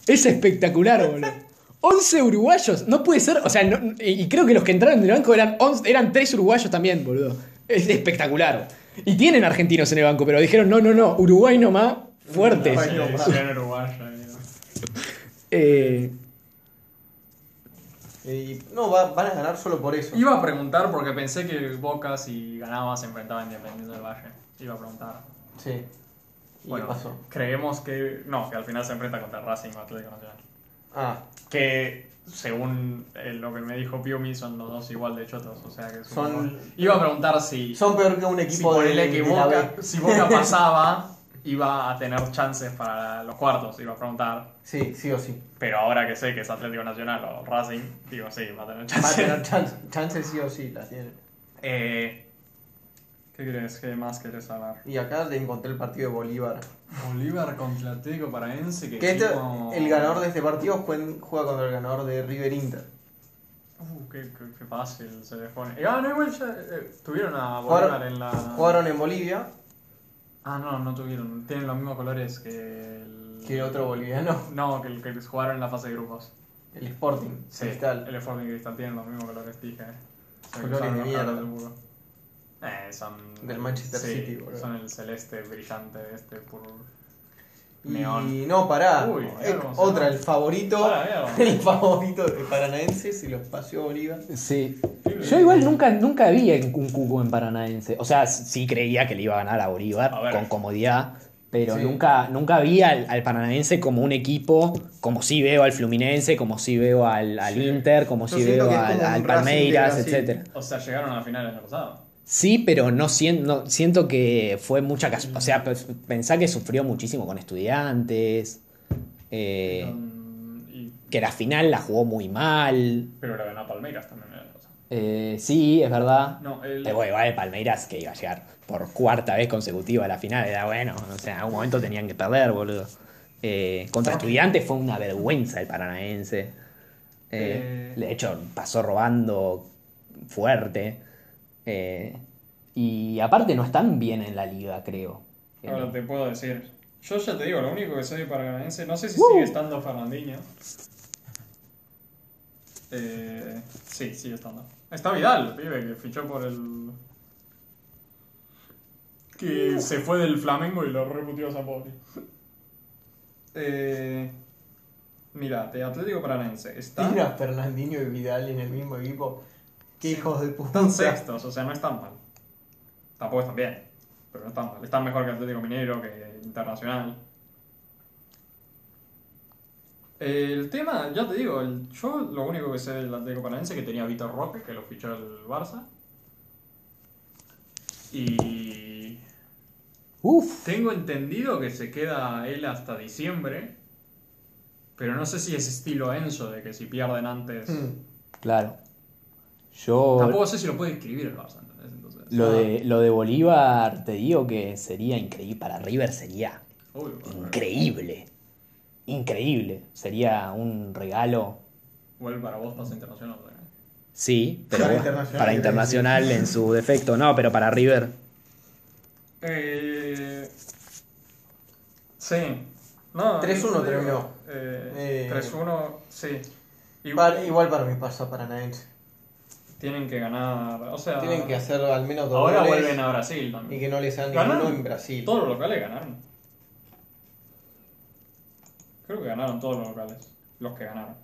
S1: Es espectacular, boludo. 11 uruguayos. No puede ser. O sea, no- y creo que los que entraron en el banco eran, 11 eran 3 uruguayos también, boludo. Es espectacular. Y tienen argentinos en el banco, pero dijeron, no, no, no. Uruguay nomás. Fuertes.
S3: Uruguay.
S2: Selección uruguaya, mira.
S1: Eh,
S3: Y no, va- van a ganar solo por eso.
S2: Iba a preguntar porque pensé que Boca si ganaba se enfrentaba a Independiente del Valle. Iba a preguntar.
S3: Sí. ¿Y
S2: Bueno,
S3: qué pasó?
S2: creemos que. No, que al final se enfrenta contra Racing o Atlético Nacional.
S3: Ah,
S2: Que según eh, lo que me dijo Piumi, son los dos igual de chotos. O sea que
S3: Son-
S2: supongo- Iba a preguntar si.
S3: son peor que un
S2: si
S3: equipo de,
S2: ponele que
S3: de la
S2: Boca,
S3: B.
S2: si Boca pasaba, iba a tener chances para los cuartos, iba a preguntar.
S3: Sí, sí o sí.
S2: Pero ahora que sé que es Atlético Nacional o Racing, digo sí, va a tener
S3: Va a
S2: chances.
S3: tener chance, chance sí o sí la tienen.
S2: [LAUGHS] Eh, ¿Qué crees? ¿Qué más querés hablar?
S3: Y acá le encontré el partido de Bolívar.
S2: Bolívar contra Atlético Paraense. Que
S3: Que este-
S2: equipo-
S3: el ganador de este partido juen- juega contra el ganador de River Inter.
S2: Uh, qué, qué- qué fácil se les pone. Ah, no, igual ya eh, tuvieron a
S3: Jugaron-
S2: Bolívar en la.
S3: Jugaron en Bolivia,
S2: Ah, no, no tuvieron. Tienen los mismos colores que el.
S3: que otro boliviano,
S2: No, que el que jugaron en la fase de grupos.
S3: el Sporting, Cristal.
S2: El Sporting Cristal tienen los mismos colores, dije. eh. Se
S3: Colores
S2: cruzaron
S3: de
S2: los
S3: mierda.
S2: del puro. Eh, son.
S3: Del Manchester
S2: sí,
S3: City, boludo.
S2: Son el celeste brillante de este puro.
S3: Y
S2: Neón.
S3: no, pará.
S2: Uy,
S3: Eh,
S2: mirá cómo se
S3: otra,
S2: llama.
S3: el favorito.
S2: Pará, eh. mirá.
S3: [LAUGHS] el favorito de Paranaenses y los paseó Bolívar.
S1: Sí. Yo igual nunca, nunca vi en- un cuco en Paranaense. O sea, sí creía que le iba a ganar a Bolívar
S2: A ver.
S1: con comodidad. Pero
S3: Sí.
S1: nunca, nunca vi al, al Paranaense como un equipo, como sí veo al Fluminense, como sí veo al, al Inter, como
S3: Yo
S1: sí
S3: siento
S1: veo
S3: que es
S1: al, al
S3: como un Racing de
S1: Palmeiras,
S3: Brasil.
S1: etcétera.
S2: O sea, llegaron a la final el año pasado.
S1: Sí, pero no siento, siento que fue mucha casualidad. O sea, pe- pensá que sufrió muchísimo con estudiantes, eh,
S2: Con- Mm, y-
S1: que la final la jugó muy mal.
S2: pero la ganó Palmeiras también el año pasado.
S1: Eh, sí, es verdad.
S2: No, el,
S3: Eh,
S1: Pero Eh, bueno, igual el Palmeiras que iba a llegar por cuarta vez consecutiva a la final, era bueno, o sea, en algún momento tenían que perder, boludo. Eh, contra estudiantes fue una vergüenza el paranaense. Eh,
S2: Eh.
S1: De hecho, pasó robando fuerte. Eh, y aparte no están bien en la liga, creo.
S2: ahora te puedo decir. Yo ya te digo, lo único que soy paranaense, no sé si
S1: ¡Woo!
S2: sigue estando Fernandinho. Eh, sí, sigue estando. Está Vidal, pibe, que fichó por el. Que se fue del Flamengo y lo reputió a Sampoli. Eh, mira, de Atlético Paranaense está.
S3: Tira a Fernandinho y Vidal en el mismo equipo. Qué hijos de puta.
S2: Están sextos, o sea, no están mal. Tampoco están bien, pero no están mal. Están mejor que Atlético Minero, que Internacional. El tema, ya te digo, el- yo lo único que sé del Atlético Paranaense es que tenía a Vitor Roque, que lo fichó el Barça. Y
S1: Uf,
S2: tengo entendido que se queda él hasta diciembre, pero no sé si es estilo Enzo, de que si pierden antes...
S3: Mm.
S1: claro. Yo...
S2: Tampoco sé si lo puede escribir el Barça, ¿entendés? Entonces,
S1: Lo de, lo de Bolívar, te digo que sería increíble. Para River sería
S2: obvio,
S1: increíble. Increíble. Sería un regalo.
S2: Igual para vos pasa internacional. ¿verdad?
S1: Sí, pero
S3: Para
S1: para
S3: Internacional,
S1: internacional,
S3: iba a
S1: en su defecto, no, pero para River.
S2: Eh, sí. No,
S3: 3-1
S2: te digo,
S3: terminó.
S2: eh,
S3: Eh.
S2: 3-1, sí.
S3: Igual, igual para mí pasa para Paranaense.
S2: Tienen que ganar. O sea,
S3: Tienen que hacer al menos dos
S2: ahora
S3: goles
S2: vuelven a Brasil
S3: y
S2: también.
S3: que no les han
S2: Ganaron.
S3: ganado en Brasil.
S2: Todos los locales ganaron. Creo que ganaron todos los locales. Los que ganaron.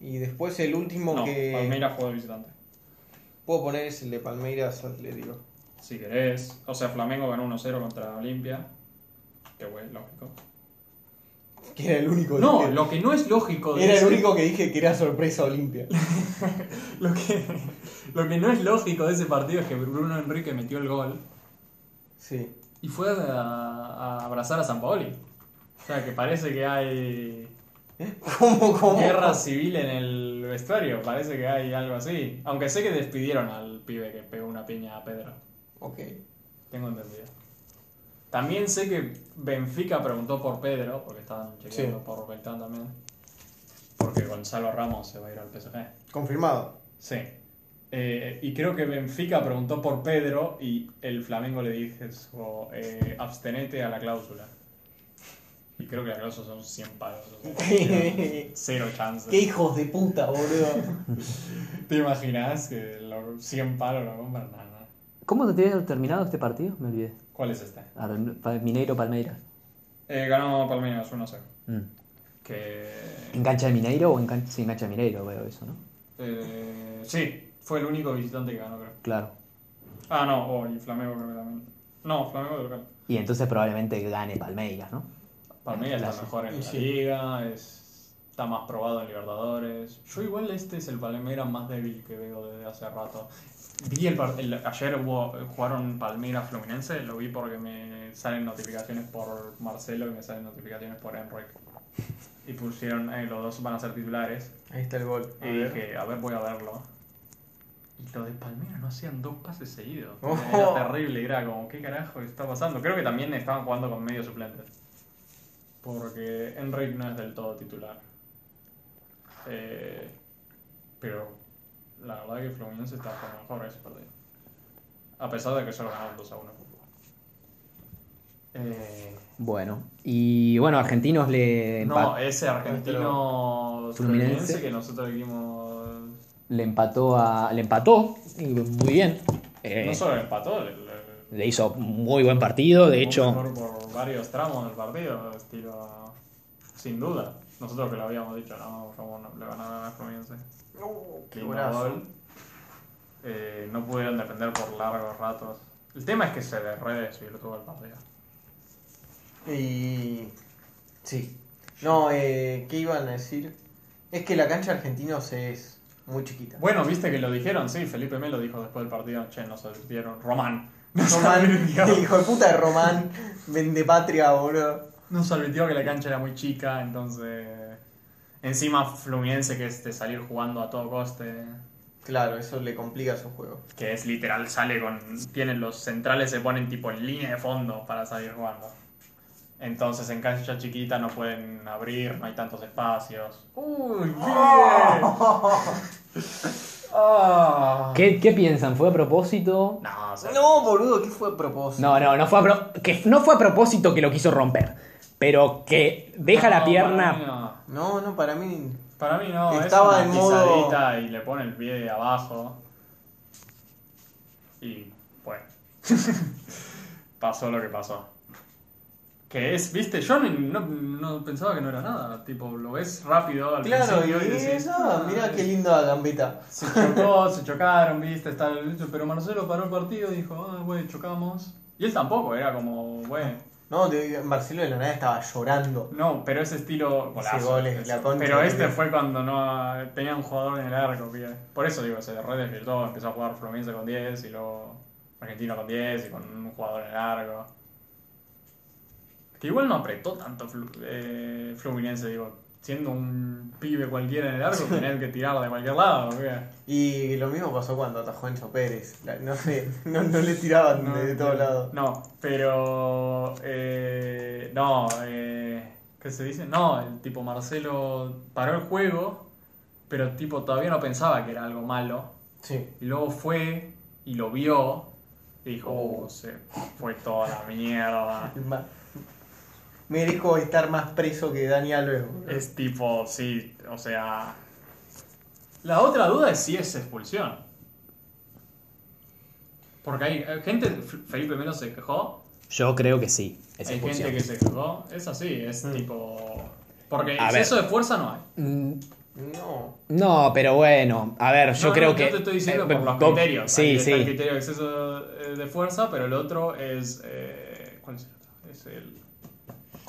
S3: Y después el último
S2: No,
S3: que
S2: Palmeiras jugó de visitante.
S3: puedo poner es el de Palmeiras Atlético.
S2: Si querés. O sea, Flamengo ganó 1-0 contra Olimpia. Qué güey, lógico.
S3: [LAUGHS] Que era el único.
S2: No,
S3: que-
S2: lo que no es lógico de
S3: era el
S2: ese-
S3: único que dije que era sorpresa Olimpia.
S2: [LAUGHS] Lo que, [LAUGHS] lo que no es lógico de ese partido es que Bruno Enrique metió el gol
S3: Sí.
S2: y fue a, a abrazar a San Paoli. O sea, que parece que hay
S3: ¿Cómo, cómo?
S2: guerra civil en el vestuario, parece que hay algo así. Aunque sé que despidieron al pibe que pegó una piña a Pedro,
S3: Ok.
S2: tengo entendido. También sé que Benfica preguntó por Pedro, porque estaban chequeando
S3: Sí.
S2: por Beltrán también, porque Gonzalo Ramos se va a ir al PSG. [LAUGHS]
S3: Confirmado.
S2: Sí. Eh, y creo que Benfica preguntó por Pedro y el Flamengo le dijo, eh, abstenete a la cláusula. Y creo que la cláusula son 100 palos.
S3: [LAUGHS]
S2: o sea, cero- cero chances.
S3: Qué hijos de puta, boludo.
S2: ¿Te imaginas que los 100 palos lo compran? Nada, nada.
S1: ¿Cómo te había terminado este partido? Me olvidé.
S2: ¿Cuál es este?
S1: Ar- Pa- Mineiro Palmeiras.
S2: Eh, ganó Palmeiras 1-0.
S1: Mm.
S2: Que...
S1: ¿En cancha de Mineiro o en cancha, sí, en cancha de Mineiro veo eso, no?
S2: eh, sí, fue el único visitante que ganó, creo.
S1: Claro.
S2: Ah, no, oh, y Flamengo creo que también. No, Flamengo de local.
S1: Y entonces probablemente gane Palmeiras, ¿no?
S2: Palmeiras está
S1: Clase.
S2: mejor en la
S3: Sí.
S2: liga, es- está más probado en Libertadores. Yo igual este es el Palmeiras más débil que veo desde hace rato. Vi el, par- el- ayer hubo- jugaron Palmeiras Fluminense, lo vi porque me salen notificaciones por Marcelo y me salen notificaciones por Enrique. Y pusieron, eh, los dos van a ser titulares.
S3: [LAUGHS] Ahí está el gol.
S2: Y dije, a ver, voy a verlo. Y los de Palmeiras no hacían dos pases seguidos. [LAUGHS]
S3: Ojo.
S2: Era terrible, era como, ¿qué carajo está pasando? Creo que también estaban jugando con medio suplentes. Porque Enrique no es del todo titular. Eh, pero la verdad que Fluminense está jugando mejor ese partido. A pesar de que solo ganaron 2 a 1. Eh,
S1: Bueno. Y bueno, argentinos le,
S2: no,
S1: empa-
S2: ese argentino
S1: Fluminense.
S2: Fluminense que nosotros dijimos
S1: le empató a. Le empató. y Muy bien. Eh,
S2: No solo empató, le, le-
S1: Le hizo muy buen partido. De
S2: jugó
S1: hecho,
S2: mejor por varios tramos del partido, estilo sin duda. Nosotros que lo habíamos dicho, no, como no, le van a ganar a Fluminense.
S3: qué
S2: Lindo
S3: golazo.
S2: gol. Eh, no pudieron defender por largos ratos. El tema es que se les redesvirtuó el partido.
S3: Y. Sí. No, eh, ¿qué iban a decir? Es que la cancha argentina se es muy chiquita.
S2: Bueno, viste que lo dijeron, sí, Felipe Melo dijo después del partido, che, nos advirtieron, Román. [LAUGHS] Nos
S3: Román, [LAUGHS]
S2: advirtió.
S3: hijo de puta de Román, vende patria, boludo.
S2: Nos advirtió que la cancha era muy chica, entonces... Encima Fluminense que es de salir jugando a todo coste.
S3: Claro, eso le complica su juego.
S2: Que es literal, sale con. Tienen los centrales, se ponen tipo en línea de fondo para salir jugando. Entonces en cancha chiquita no pueden abrir, no hay tantos espacios. ¡Ah! ¡Uy, [LAUGHS] ¡Ah!
S1: ¿qué, qué piensan? ¿Fue a propósito?
S2: No, o sea,
S3: No, boludo, ¿qué fue a propósito?
S1: No, no, no fue a, pro- que no fue a propósito que lo quiso romper. Pero que deja la
S2: no,
S1: pierna.
S2: Para mí no,
S3: No, no, para mí.
S2: Para mí no,
S3: Estaba
S2: es
S3: en
S2: una
S3: modo-
S2: pisadita y le pone el pie abajo. Y bueno. [LAUGHS] pasó lo que pasó. Que es, viste, yo ni- no, no pensaba que no era nada. Tipo, lo ves rápido al
S3: Claro, y
S2: principio y decís,
S3: esa, mirá qué linda gambeta.
S2: Se chocó, se chocaron, viste, está el Pero Marcelo paró el partido y dijo, ah, güey, chocamos. Y él tampoco, era como, güey.
S3: No, de- Marcelo de la nada estaba llorando.
S2: No, pero ese estilo golazo.
S3: gol es la concha
S2: pero
S3: de
S2: este
S3: Dios.
S2: fue cuando no tenía un jugador en el arco, pibe. Por eso digo, se redesvirtó, empezó a jugar Fluminense con 10 y luego Argentino con 10 y con un jugador en el arco. Que igual no apretó tanto Flu- eh, Fluminense, digo. Siendo un pibe cualquiera en el arco, tener que tirar de cualquier lado, pibe.
S3: Y lo mismo pasó cuando atajó Enzo Pérez. La- No sé, [LAUGHS] no, no le tiraban
S2: No,
S3: de
S2: no,
S3: todos lados.
S2: No, pero. eh, no, eh, ¿qué se dice? No, el tipo Marcelo paró el juego, pero tipo todavía no pensaba que era algo malo.
S3: Sí.
S2: Y luego fue y lo vio y dijo,
S3: Oh.
S2: "Uh, se fue toda la mierda.
S3: Ma-
S2: Eh.
S3: Merezco estar más preso que Dani Alves. boludo.
S2: Es tipo, sí, o sea, La otra duda es si es expulsión. Porque hay eh, gente, F- Felipe Melo se quejó,
S1: Yo creo que sí. Es
S2: hay
S1: expulsión.
S2: gente que se quejó, es así, es tipo... Porque
S1: Mm. A
S2: exceso de fuerza no hay.
S1: Mm,
S3: No.
S1: No, pero bueno, a ver, yo
S2: No,
S1: creo
S2: no,
S1: que.
S2: Yo te estoy diciendo
S1: eh,
S2: por los
S1: Bob-
S2: criterios. Ahí
S1: Sí,
S2: está el
S1: sí.
S2: criterio de exceso eh, de fuerza, pero el otro es... eh, ¿Cuál es el otro? Es el...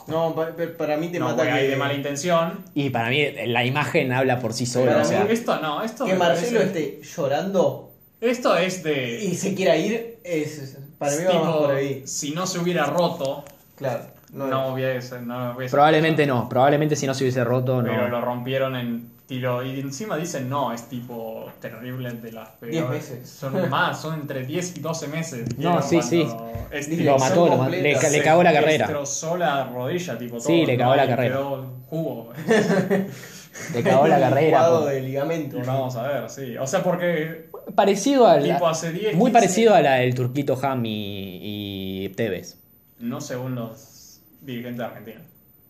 S3: No, pa- pa- para mí te
S2: no,
S3: mata
S2: güey, hay
S3: que,
S2: de mala intención.
S1: Y para mí la imagen habla por sí sola.
S3: Para
S1: O sea,
S3: mí-
S2: esto no, esto...
S3: que
S2: me
S3: Marcelo
S2: parece-
S3: esté llorando
S2: Esto es de...
S3: y se quiera ir. Es, para mí va
S2: tipo,
S3: más por ahí.
S2: Si no se hubiera roto,
S3: Claro. No,
S2: no, hubiese, no hubiese-
S1: probablemente no. Probablemente si no se hubiese roto,
S2: Pero
S1: no.
S2: lo rompieron en tiro. Y encima dicen, no, es tipo terrible de las peores.
S3: 10 meses.
S2: Son más, son entre 10 y 12 meses.
S1: No,
S2: Vieron
S1: sí,
S2: cuando
S1: sí.
S2: es
S1: Lo
S2: tipo-
S1: mató, lo mató. Le,
S3: completa,
S1: ca- le
S2: se
S1: cagó la carrera.
S2: Destrozó la rodilla, tipo todo.
S1: Sí, le cagó
S2: ¿no?
S1: la
S2: Y
S1: carrera.
S2: Quedó jugo. [LAUGHS]
S1: Le cagó la
S3: Un
S1: carrera. pues.
S3: licuado
S1: po.
S3: de ligamento.
S2: Lo vamos a ver, sí. O sea, porque
S1: Parecido a
S2: tipo
S1: la,
S2: hace 10
S1: Muy
S2: 15,
S1: parecido a la del Turquito Ham y, y Tevez.
S2: No según los dirigentes argentinos.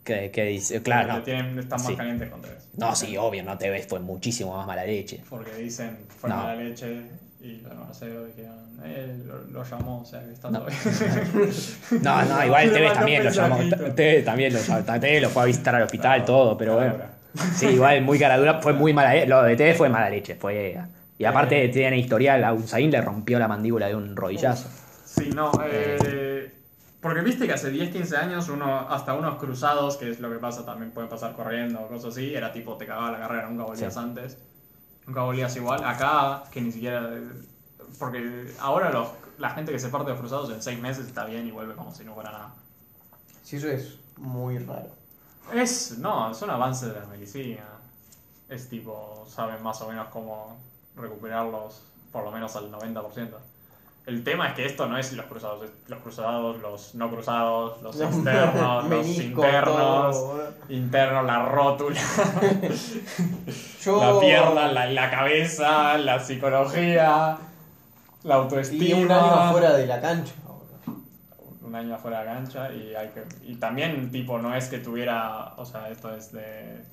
S1: Que, que dice. Claro,
S2: Que
S1: no.
S2: tienen, están más
S1: Sí.
S2: calientes contra eso.
S1: No, sí, obvio, no Tevez fue muchísimo más mala
S2: [LAUGHS]
S1: leche.
S2: Porque dicen, fue
S1: No.
S2: mala leche y los Marcelo dijeron, eh, lo, lo llamó, o sea que está
S1: No.
S2: todo bien. [LAUGHS]
S1: No, no, igual
S2: Le
S1: Tevez
S2: mandó
S1: también lo llamó.
S2: mensajito.
S1: Tevez también lo llamó. Tevez lo fue a visitar al hospital,
S2: Claro,
S1: todo, pero
S2: claro,
S1: bueno. Sí, igual muy cara dura, fue muy mala leche. Lo de Tevez fue mala leche, fue. Y aparte
S2: Eh.
S1: tiene historial, a Unzain le rompió la mandíbula de un rodillazo.
S2: Sí, no, eh, porque viste que hace 10, 15 años uno, hasta unos cruzados, que es lo que pasa, también pueden pasar corriendo o cosas así, era tipo, te cagaba la carrera, nunca volvías
S1: Sí.
S2: antes, nunca volvías igual. Acá, que ni siquiera... Porque ahora los, la gente que se parte de los cruzados en 6 meses está bien y vuelve como si no fuera nada.
S3: Sí, eso es muy raro.
S2: Es, no, es un avance de la medicina. Es tipo, saben más o menos cómo recuperarlos, por lo menos al 90%. El tema es que esto no es los cruzados, es los cruzados, los no cruzados,
S3: [LAUGHS]
S2: los externos, los
S3: Menisco,
S2: internos,
S3: todo, boludo.
S2: internos, la rótula, [LAUGHS]
S3: Yo-
S2: la pierna, la, la cabeza, la psicología, la autoestima.
S3: Y un año afuera de la cancha. boludo.
S2: un año afuera de la cancha y hay que y también tipo no es que tuviera o sea esto es de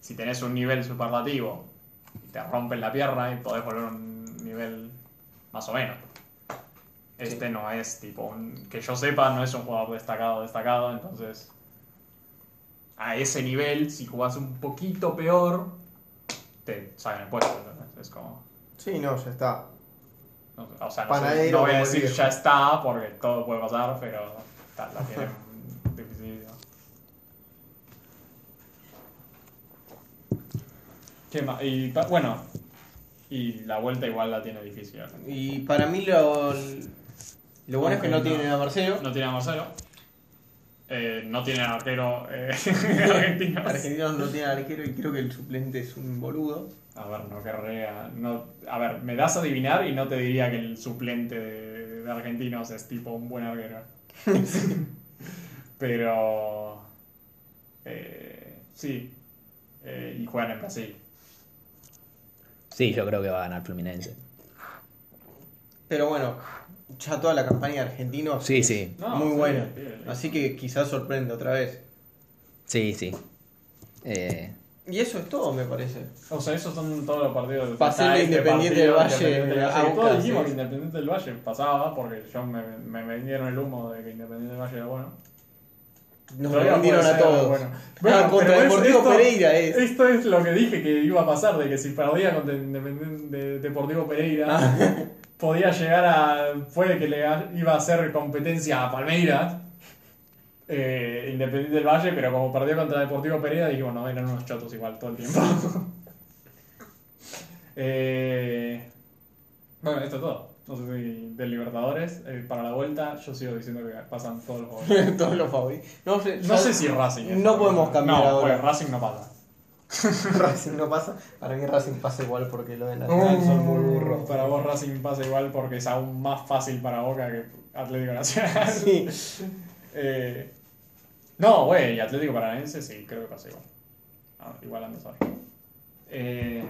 S2: si tenés un nivel superlativo y te rompen la pierna y podés volver a un nivel más o menos este no es tipo un, que yo sepa no es un jugador destacado destacado entonces a ese nivel si jugás un poquito peor te sacan el puesto ¿entendés? es como
S3: Sí, no, ya está.
S2: no sé, O sea, no,
S3: Panadero
S2: sé, no voy a
S3: como
S2: decir
S3: viejo.
S2: ya está, porque todo puede pasar, pero ta- la tienen difícil. ¿no? ¿Qué más? Y pa- bueno, y la vuelta igual la tiene difícil.
S3: Y para mí lo, lo bueno es que no tienen a Marcelo.
S2: No tiene a Marcelo. Eh, no tiene a arquero eh, [LAUGHS] argentino.
S3: Argentinos no tienen arquero y creo que el suplente es un boludo.
S2: A ver, no querría. No, a ver, me das a adivinar y no te diría que el suplente de, de argentinos es tipo un buen [LAUGHS] arquero. Pero. eh, sí. Eh, y juegan en Brasil.
S1: Sí, yo creo que va a ganar Fluminense.
S3: Pero bueno, ya toda la campaña de argentinos
S1: Sí,
S3: es
S1: sí.
S2: No,
S3: muy
S2: sí,
S3: buena.
S2: sí.
S3: Así que quizás sorprende otra vez.
S1: Sí, sí. Eh,
S3: Y eso es todo, me parece.
S2: O sea, esos son todos los partidos.
S3: Pasarle
S2: Está
S3: Independiente del Valle
S2: Independiente del
S3: a
S2: Valle. que
S3: Boca,
S2: Todos dijimos
S3: sí.
S2: que Independiente del Valle pasaba porque yo me, me vendieron el humo de que Independiente del Valle era bueno.
S3: Nos
S2: Todavía
S3: lo vendieron
S2: puede
S3: a
S2: ser,
S3: todos. [LAUGHS]
S2: bueno.
S3: Ah,
S2: Bueno,
S3: contra
S2: pero es-
S3: Deportivo
S2: esto-
S3: Pereira eh. es.
S2: Esto es lo que dije que iba a pasar, de que si perdía contra Independen- de- Deportivo Pereira,
S3: Ah.
S2: [LAUGHS] podía llegar a... Puede que le a- iba a hacer competencia a Palmeiras, eh, Independiente del Valle, pero como perdió contra Deportivo Pereira, dijimos, no, eran unos chotos igual todo el tiempo. [LAUGHS] Eh, bueno, esto es todo. No sé si del Libertadores, eh, para la vuelta, yo sigo diciendo que pasan todos los juegos.
S3: [LAUGHS] todos los favoritos. No, sé-
S2: No
S3: ya- [LAUGHS]
S2: sé si Racing. es.
S3: No podemos cambiar
S2: no, pues
S3: ahora.
S2: Racing no pasa.
S3: Racing no pasa. Para mí Racing pasa igual porque lo de Nacional son muy burros.
S2: Para vos Racing pasa igual porque es aún más fácil para Boca que Atlético Nacional.
S3: Sí.
S2: Eh, no, güey, Atlético Paranaense sí, creo que pasa igual. Ah, igual ando sabe. Eh,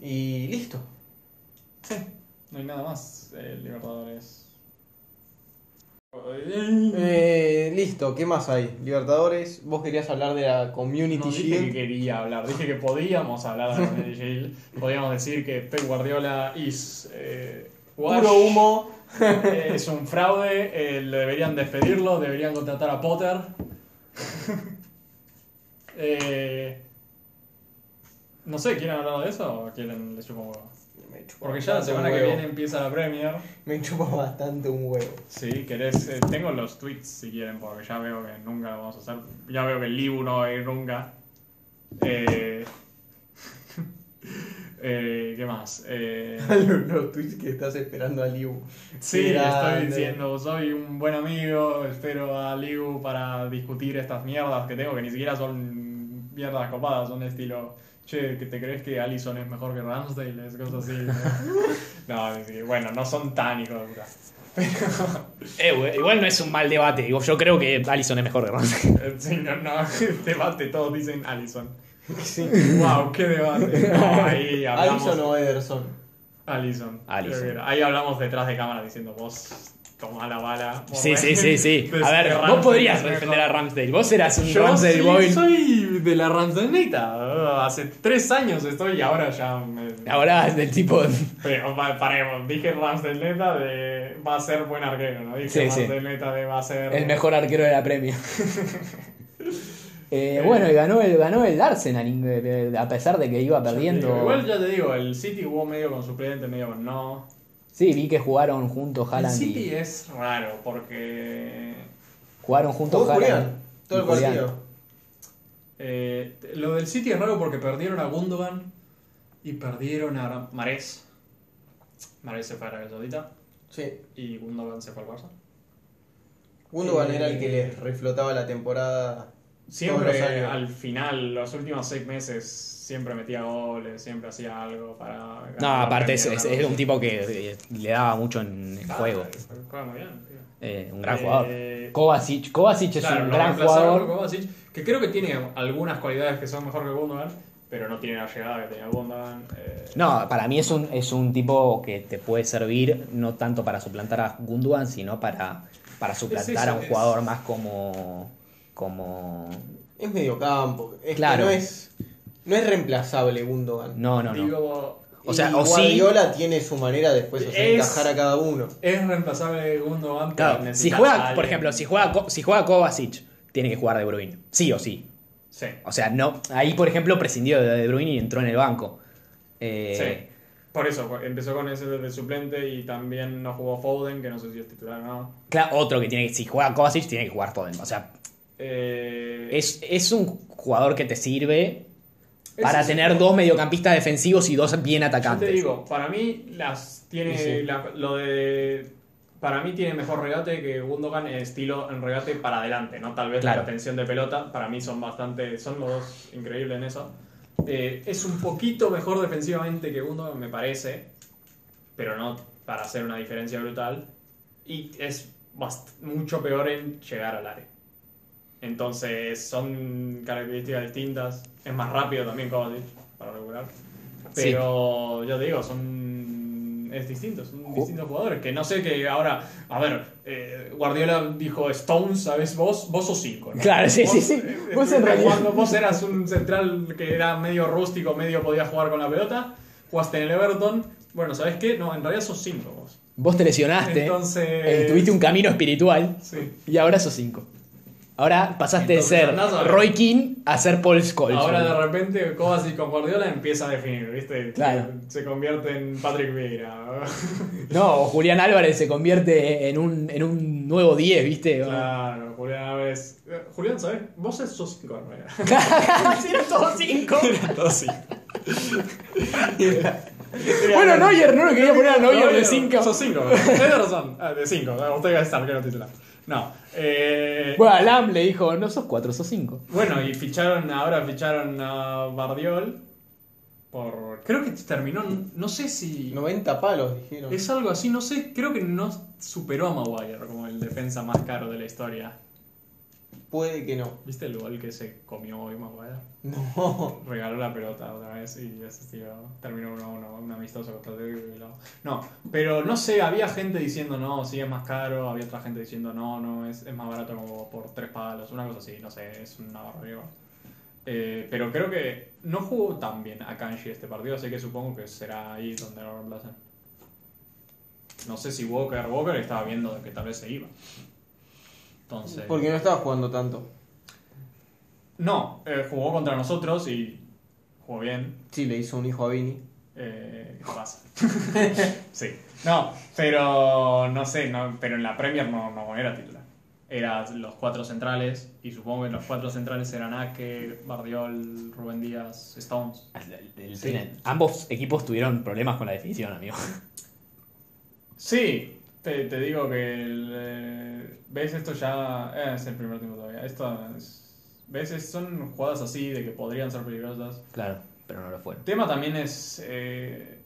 S3: Y listo.
S2: no hay nada más. eh, Libertadores.
S3: Eh, listo. Listo, ¿qué más hay? Libertadores, vos querías hablar de la Community
S2: No dije que
S3: Shield.
S2: quería hablar, dije que podíamos hablar de la Community Shield. Podíamos decir que Pep Guardiola is eh, wash,
S3: Puro humo.
S2: es un fraude, eh, lo deberían despedirlo, deberían contratar a Potter. [LAUGHS] Eh, no sé, ¿quieren hablar de eso o quieren le chupo un huevo?
S3: Me chupa
S2: Porque ya la
S3: bastante
S2: semana
S3: un
S2: que
S3: huevo.
S2: viene empieza la Premier.
S3: Me chupa bastante un huevo. [LAUGHS]
S2: Sí, querés. eh, tengo los tweets si quieren, porque ya veo que nunca lo vamos a hacer. Ya veo que el Libu no va a ir nunca. Eh, [LAUGHS] eh, ¿Qué más? Eh,
S3: los, los tweets que estás esperando a Liu.
S2: sí,
S3: Grande.
S2: estoy diciendo, soy un buen amigo, espero a Libu para discutir estas mierdas que tengo, que ni siquiera son mierdas copadas, son de estilo. Che, ¿que ¿te crees que Allison es mejor que Ramsdale? Es cosas así.
S3: [LAUGHS]
S2: No, No, sí, bueno, no son tan hijos de puta.
S1: Eh, güey, igual no es un mal debate. Digo, yo creo que Allison es mejor que Ramsey.
S2: Sí, no, [LAUGHS] no, debate, todos dicen Allison.
S3: Sí.
S2: Wow, qué
S3: [LAUGHS]
S2: debate. No, ahí hablamos.
S3: Alison o Ederson.
S2: Allison.
S1: Allison.
S2: Creo que era. Ahí hablamos detrás de cámara diciendo vos tomá la bala. vos
S1: Sí,
S2: ves-
S1: sí, sí,
S2: [LAUGHS]
S1: sí. A ver,
S2: Ramsdale
S1: vos podrías
S2: es mejor.
S1: defender a Ramsdale. Vos eras un
S2: Yo
S1: Ramsdale
S2: sí
S1: boy.
S2: soy de la Ramsdenita. Hace tres años estoy y ahora ya me.
S1: Ahora es del
S2: [LAUGHS]
S1: tipo.
S2: Pero pa- paremos, dije Ramsdeneta de va a ser buen arquero, ¿no? Dije
S1: Sí, sí.
S2: Ramsdeneta de va a ser.
S1: El mejor arquero de la
S2: [LAUGHS]
S1: premia. Eh,
S2: Eh.
S1: bueno, y ganó el, ganó el Arsenal, in- eh, a pesar de que iba perdiendo.
S2: Igual ya te digo, el City jugó medio con suplente, medio con no.
S1: Sí, vi que jugaron juntos
S2: el
S1: Haaland y-
S2: City eh. es raro porque
S1: Jugaron juntos
S3: Jugó
S1: Haaland.
S3: Julián. Todo el
S1: y Julián.
S3: partido.
S2: eh, lo del City es raro porque perdieron a Gundogan y perdieron a Marés. Marés se fue a Arabia Saudita
S3: Sí.
S2: y Gundogan se fue al Barça.
S3: Gundogan
S2: Eh,
S3: era el que les reflotaba la temporada. Todos los
S2: Siempre
S3: años.
S2: al final, los últimos seis meses, siempre metía goles, siempre hacía algo para. ganar
S1: No,
S2: la
S1: aparte
S2: Premier,
S1: es, es-
S2: ganar
S1: es
S2: la-
S1: un tipo que eh, le daba mucho en el
S2: Ah,
S1: juego.
S2: Juega muy bien, tío.
S1: Eh, un gran
S2: Eh,
S1: jugador. Kovacic, Kovacic es
S2: Claro,
S1: un
S2: lo
S1: gran
S2: reemplazaron
S1: jugador.
S2: por Kovacic, que creo que tiene algunas cualidades que son mejor que Gundogan, pero no tiene la llegada que tenía Gundogan. eh,
S1: No, para mí es un, es un tipo que te puede servir no tanto para suplantar a Gundogan, sino para, para suplantar a un
S2: es-
S1: jugador más como. como.
S3: Es medio campo. Es
S1: Claro.
S3: que no es, no es reemplazable Gundogan.
S1: No, no, no.
S2: digo,
S1: O sea,
S3: y
S1: o sí.
S3: Guardiola tiene su manera después de hacer
S2: Es-
S3: encajar a cada uno.
S2: es reemplazable Gundogan. pero
S1: Claro, si
S2: necesitas a
S1: juega,
S2: alguien-
S1: por ejemplo, si juega, Ko- si juega Kovacic, tiene que jugar De Bruyne. Sí o sí.
S2: Sí.
S1: O sea, no. Ahí, por ejemplo, prescindió de De Bruyne y entró en el banco. Eh,
S2: sí. Por eso, por- empezó con ese de suplente y también no jugó Foden, que no sé si es titular o no.
S1: Claro, otro que tiene que. Si juega Kovacic, tiene que jugar Foden. O sea,
S2: Eh,
S1: es, es un jugador que te sirve
S2: ese
S1: para
S2: es-
S1: tener dos mediocampistas defensivos y dos bien
S2: Yo
S1: atacantes.
S2: te digo, para mí las tiene
S3: Y sí.
S2: la- lo de para mí tiene mejor regate que Gundogan en estilo en regate para adelante, no tal vez
S1: Claro.
S2: la tensión de pelota, para mí son bastante son los dos increíbles en eso. Eh, es un poquito mejor defensivamente que Gundogan me parece, pero no para hacer una diferencia brutal y es bast- mucho peor en llegar al área. Entonces son características distintas. Es más rápido también Kovacic para regular. Pero ya te digo, son es distinto,
S1: Oh.
S2: son distintos jugadores. Que no sé que ahora, a ver, eh, Guardiola dijo Stones, ¿sabes vos? Vos sos cinco. ¿no?
S1: Claro, sí,
S2: Vos,
S1: sí, sí.
S2: eh,
S1: Vos
S2: estuviste
S1: en realidad-
S2: jugando, vos eras un central que era medio rústico, medio podía jugar con la pelota. Jugaste en el Everton. Bueno, ¿sabes qué? No, en realidad sos cinco vos.
S1: Vos Ah, te lesionaste,
S2: Entonces-
S1: eh, tuviste un camino espiritual
S2: Sí.
S1: y ahora sos 5. Ahora pasaste
S2: Entonces,
S1: de ser
S2: andás a ver.
S1: Roy King a ser Paul Scholes.
S2: Ahora de repente Kovacic con Guardiola empieza a definir, ¿viste?
S1: Claro.
S2: Se convierte en Patrick Vieira.
S1: [LAUGHS] No, o Julián Álvarez se convierte en un, en un nuevo 10, ¿viste? [LAUGHS]
S2: Claro, Julián Álvarez. Eh, Julián, ¿sabes? Vos sos- sos cinco
S1: [LAUGHS]
S2: en realidad.
S1: Si eran todos 5.
S2: Entonces,
S1: bueno, Neuer, no lo quería poner a Neuer de 5.
S2: Sos cinco. Ederson, ah, de cinco. Ah, Usted es arquero titular. No. Eh,
S1: Bueno, Alam le dijo, no sos 4, sos 5.
S2: bueno, y ficharon, ahora ficharon a Bardiol. Por, creo que terminó, no sé si...
S3: 90 palos, dijeron.
S2: Es algo así, no sé, creo que no superó a Maguire como el defensa más caro de la historia.
S3: puede que no. [LAUGHS]
S2: ¿Viste el gol que se comió hoy Maguire?
S3: No.
S2: Regaló la pelota otra vez y ese tío terminó 1-1, un amistoso contra Atlético de Bilbao. No, pero no sé, había gente diciendo no, sí es más caro, había otra gente diciendo no, no, es, es más barato como por tres palos, una cosa así, no sé, es una barbaridad. Eh, pero creo que no jugó tan bien a Kanji este partido, así que supongo que será ahí donde lo reemplazan. No sé si Walker, Walker estaba viendo que tal vez se iba. Entonces...
S3: Porque no estaba jugando tanto.
S2: No, eh, jugó contra nosotros y jugó bien.
S3: Sí, le hizo un hijo a Vini.
S2: Eh, ¿Qué pasa? sí. No, pero no sé, no, pero en la Premier no, no era titular. Eran los cuatro centrales y supongo que los cuatro centrales eran Ake, Bardiol, Rubén Díaz, Stones.
S1: El- el-
S2: Sí.
S1: tienen- Ambos equipos tuvieron problemas con la definición, amigo. [LAUGHS]
S2: Sí, te, te digo que el, eh, ves esto ya eh, es el primer tiempo todavía. Esto es- ves es- son jugadas así de que podrían ser peligrosas.
S1: Claro, pero no lo fueron.
S2: El tema también es. eh,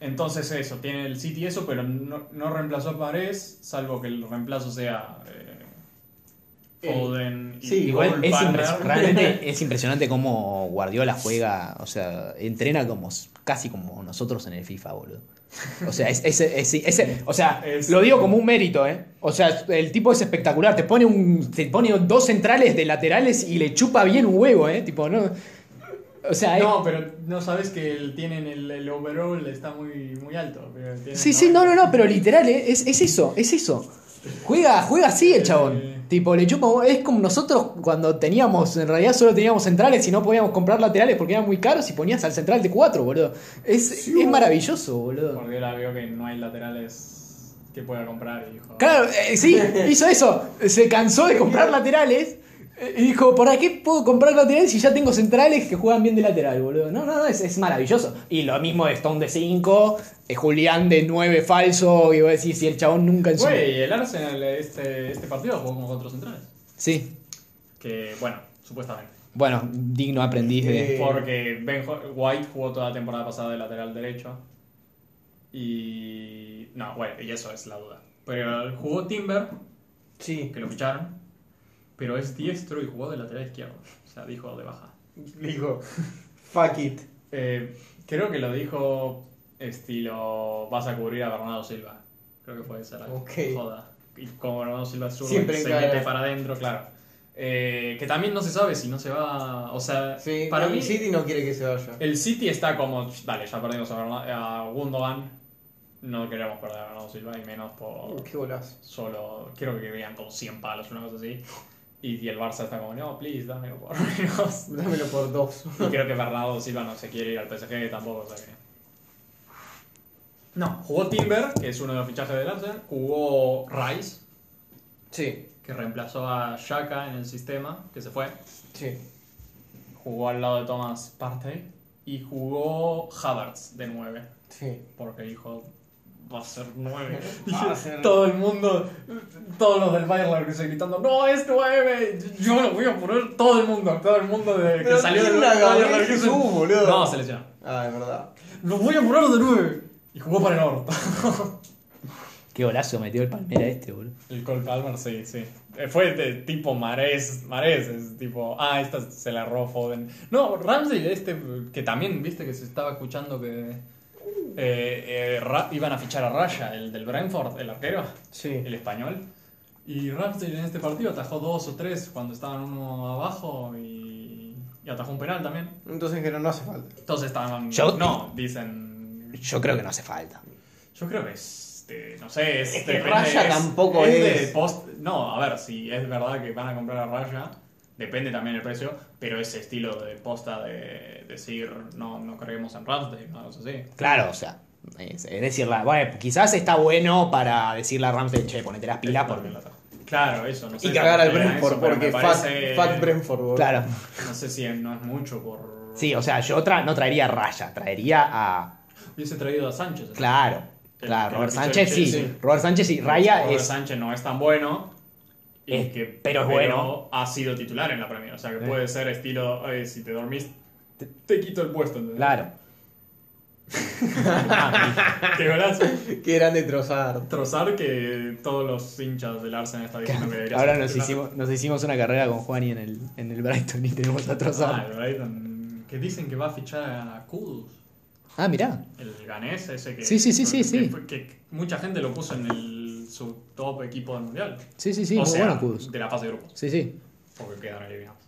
S2: entonces, eso, tiene el City eso, pero no, no reemplazó a Paredes, salvo que el reemplazo sea. eh,
S3: Eh,
S2: Foden y
S3: sí,
S1: Igual
S2: Cole
S1: es
S2: Palmer.
S1: impres- realmente es impresionante cómo Guardiola juega, o sea, entrena como casi como nosotros en el FIFA, boludo. O sea, es, es- es- es- es- o sea
S2: Es-
S1: lo digo como un mérito, ¿eh? O sea, el tipo es espectacular. Te pone, un, te pone dos centrales de laterales y le chupa bien un huevo, ¿eh? Tipo, no. O sea, es-
S2: [LAUGHS] No, pero no sabes que el- tienen el, el overall está muy, muy alto. pero tienen
S1: Sí, sí, no, no, no, pero literal, ¿eh? es, es eso, es eso. Juega, juega así el
S2: Eh.
S1: chabón. Tipo, le chupa. Es como nosotros cuando teníamos, en realidad solo teníamos centrales y no podíamos comprar laterales porque eran muy caros y ponías al central de 4, boludo. Es, es maravilloso, boludo.
S2: Guardiola veo que no hay laterales que pueda comprar y dijo.
S1: Claro, eh, sí, hizo eso. Se cansó de comprar laterales eh, y dijo, ¿para qué puedo comprar laterales si ya tengo centrales que juegan bien de lateral, boludo? No, no, no, es, es maravilloso. Y lo mismo de Stone de 5, eh, Julián de 9 falso, y vos decís, si el chabón nunca en su
S2: Güey, el Arsenal este, este partido jugó como cuatro centrales.
S1: Sí,
S2: Que, bueno, supuestamente.
S1: bueno, digno aprendiz de.
S3: Eh,
S2: Porque Ben Ho- White jugó toda la temporada pasada de lateral derecho. Y. No, bueno, y eso es la duda. Pero jugó Timber,
S3: Sí.
S2: que lo ficharon. Pero es diestro y jugó de lateral izquierdo. O sea, dijo de baja.
S3: Dijo, fuck it.
S2: Eh, creo que lo dijo estilo. Vas a cubrir a Bernardo Silva. Creo que fue esa la
S3: Ok.
S2: joda. Y como Bernardo Silva es zurdo,
S3: Siempre
S2: se
S3: encara.
S2: mete para adentro, claro. Eh, que también no se sabe si no se va. O sea,
S3: Sí,
S2: para
S3: el
S2: mí.
S3: City no quiere que se vaya.
S2: El City está como, "Ch, dale, ya perdimos a, Berna- a Gundogan, no queremos perder a Bernardo Silva y menos por
S3: Oh, Qué golazo.
S2: solo, quiero que vean como 100 palos, una cosa así. Y, y el Barça está como, no, please, dámelo por menos.
S3: Dámelo por dos.
S2: Y creo que Bernardo Silva no se quiere ir al PSG tampoco, o sea que... No, jugó Timber, que es uno de los fichajes del Arsenal, jugó Rice,
S3: Sí,
S2: que reemplazó a Shaka en el sistema, que se fue,
S3: sí.
S2: jugó al lado de Thomas Partey, y jugó Havertz de 9.
S3: Sí.
S2: Porque dijo, va a ser [LAUGHS] 9.
S3: Va a ser-
S2: Todo el mundo, todos los del Bayern Leverkusen gritando, no, es 9. Yo lo voy a poner todo el mundo, todo el mundo de, que
S3: Pero
S2: salió del
S3: tiene una
S2: Bayern
S3: Gabriel
S2: Leverkusen.
S3: Jesús, boludo.
S2: No, se lesionó.
S3: Ah, es verdad.
S2: Lo voy a poner de 9. Y jugó para el orto.
S1: Qué golazo metió el Palmera este, boludo.
S2: [LAUGHS] El Cole Palmer, sí, sí. Eh, Fue de tipo Marés, Marés, es tipo, ah, esta se la robó Foden. No, Ramsey, este, que también, viste que se estaba escuchando que eh, eh, Ra- iban a fichar a Raya, el del Brentford, el arquero,
S3: Sí.
S2: el español. Y Ramsey en este partido atajó dos o tres cuando estaban uno abajo y, y atajó un penal también.
S3: Entonces que no, no hace falta.
S2: Entonces estaban,
S1: Yo-
S2: no, dicen,
S1: Yo creo que no hace falta.
S2: yo creo que es. de- no sé, es.
S3: Es que
S2: depende,
S3: Raya tampoco
S2: de
S3: es.
S2: post- no, a ver, si es verdad que van a comprar a Raya, depende también el precio, pero ese estilo de posta de decir no, no creemos en Ramsdale, no no sé si.
S1: Claro, o sea, es, es decirla, bueno, quizás está bueno para decirle a Ramsey, che, ponete las pilas porque.
S2: Claro, eso, no sé.
S3: Y cagar al
S2: Era
S3: Brentford,
S2: eso, pero
S3: porque
S2: me
S3: fuck,
S2: parece-
S3: fuck Brentford, boludo.
S1: Claro.
S2: No sé si no es mucho por.
S1: Sí, o sea, yo tra- no traería a Raya, traería a.
S2: Hubiese traído a Sánchez.
S1: Claro.
S2: El-
S1: Claro,
S2: el
S1: Robert
S2: pichón
S1: Sánchez sí.
S2: Chelsea.
S1: Robert Sánchez y Raya
S2: Robert
S1: es.
S2: Sánchez no es tan bueno. y
S1: Es-
S2: que,
S1: pero es bueno.
S2: Ha sido titular en la Premier. O sea que
S1: Sí.
S2: [LAUGHS] puede ser estilo. eh, si te dormís, te, te quito el puesto. ¿entendés?
S1: Claro.
S2: Ah, Qué golazo.
S3: Qué grande trozar.
S2: Trozar que todos los hinchas del Arsenal están diciendo que debería
S1: Ahora
S2: ser
S1: nos
S2: titular.
S1: hicimos, nos hicimos una carrera con Juan y en el, en el Brighton y tenemos a
S2: Ah,
S1: Trozar.
S2: el Brighton, que dicen que va a fichar a Kudus.
S1: Ah, mirá.
S2: El ganés ese que.
S1: Sí, sí, sí, sí,
S2: que-
S1: sí.
S2: Que, que mucha gente lo puso en el, su top equipo del mundial.
S1: Sí, sí, sí,
S2: o
S1: muy
S2: sea,
S1: bueno Kudus.
S2: De la fase de grupos.
S1: Sí, sí.
S2: Porque quedaron eliminados.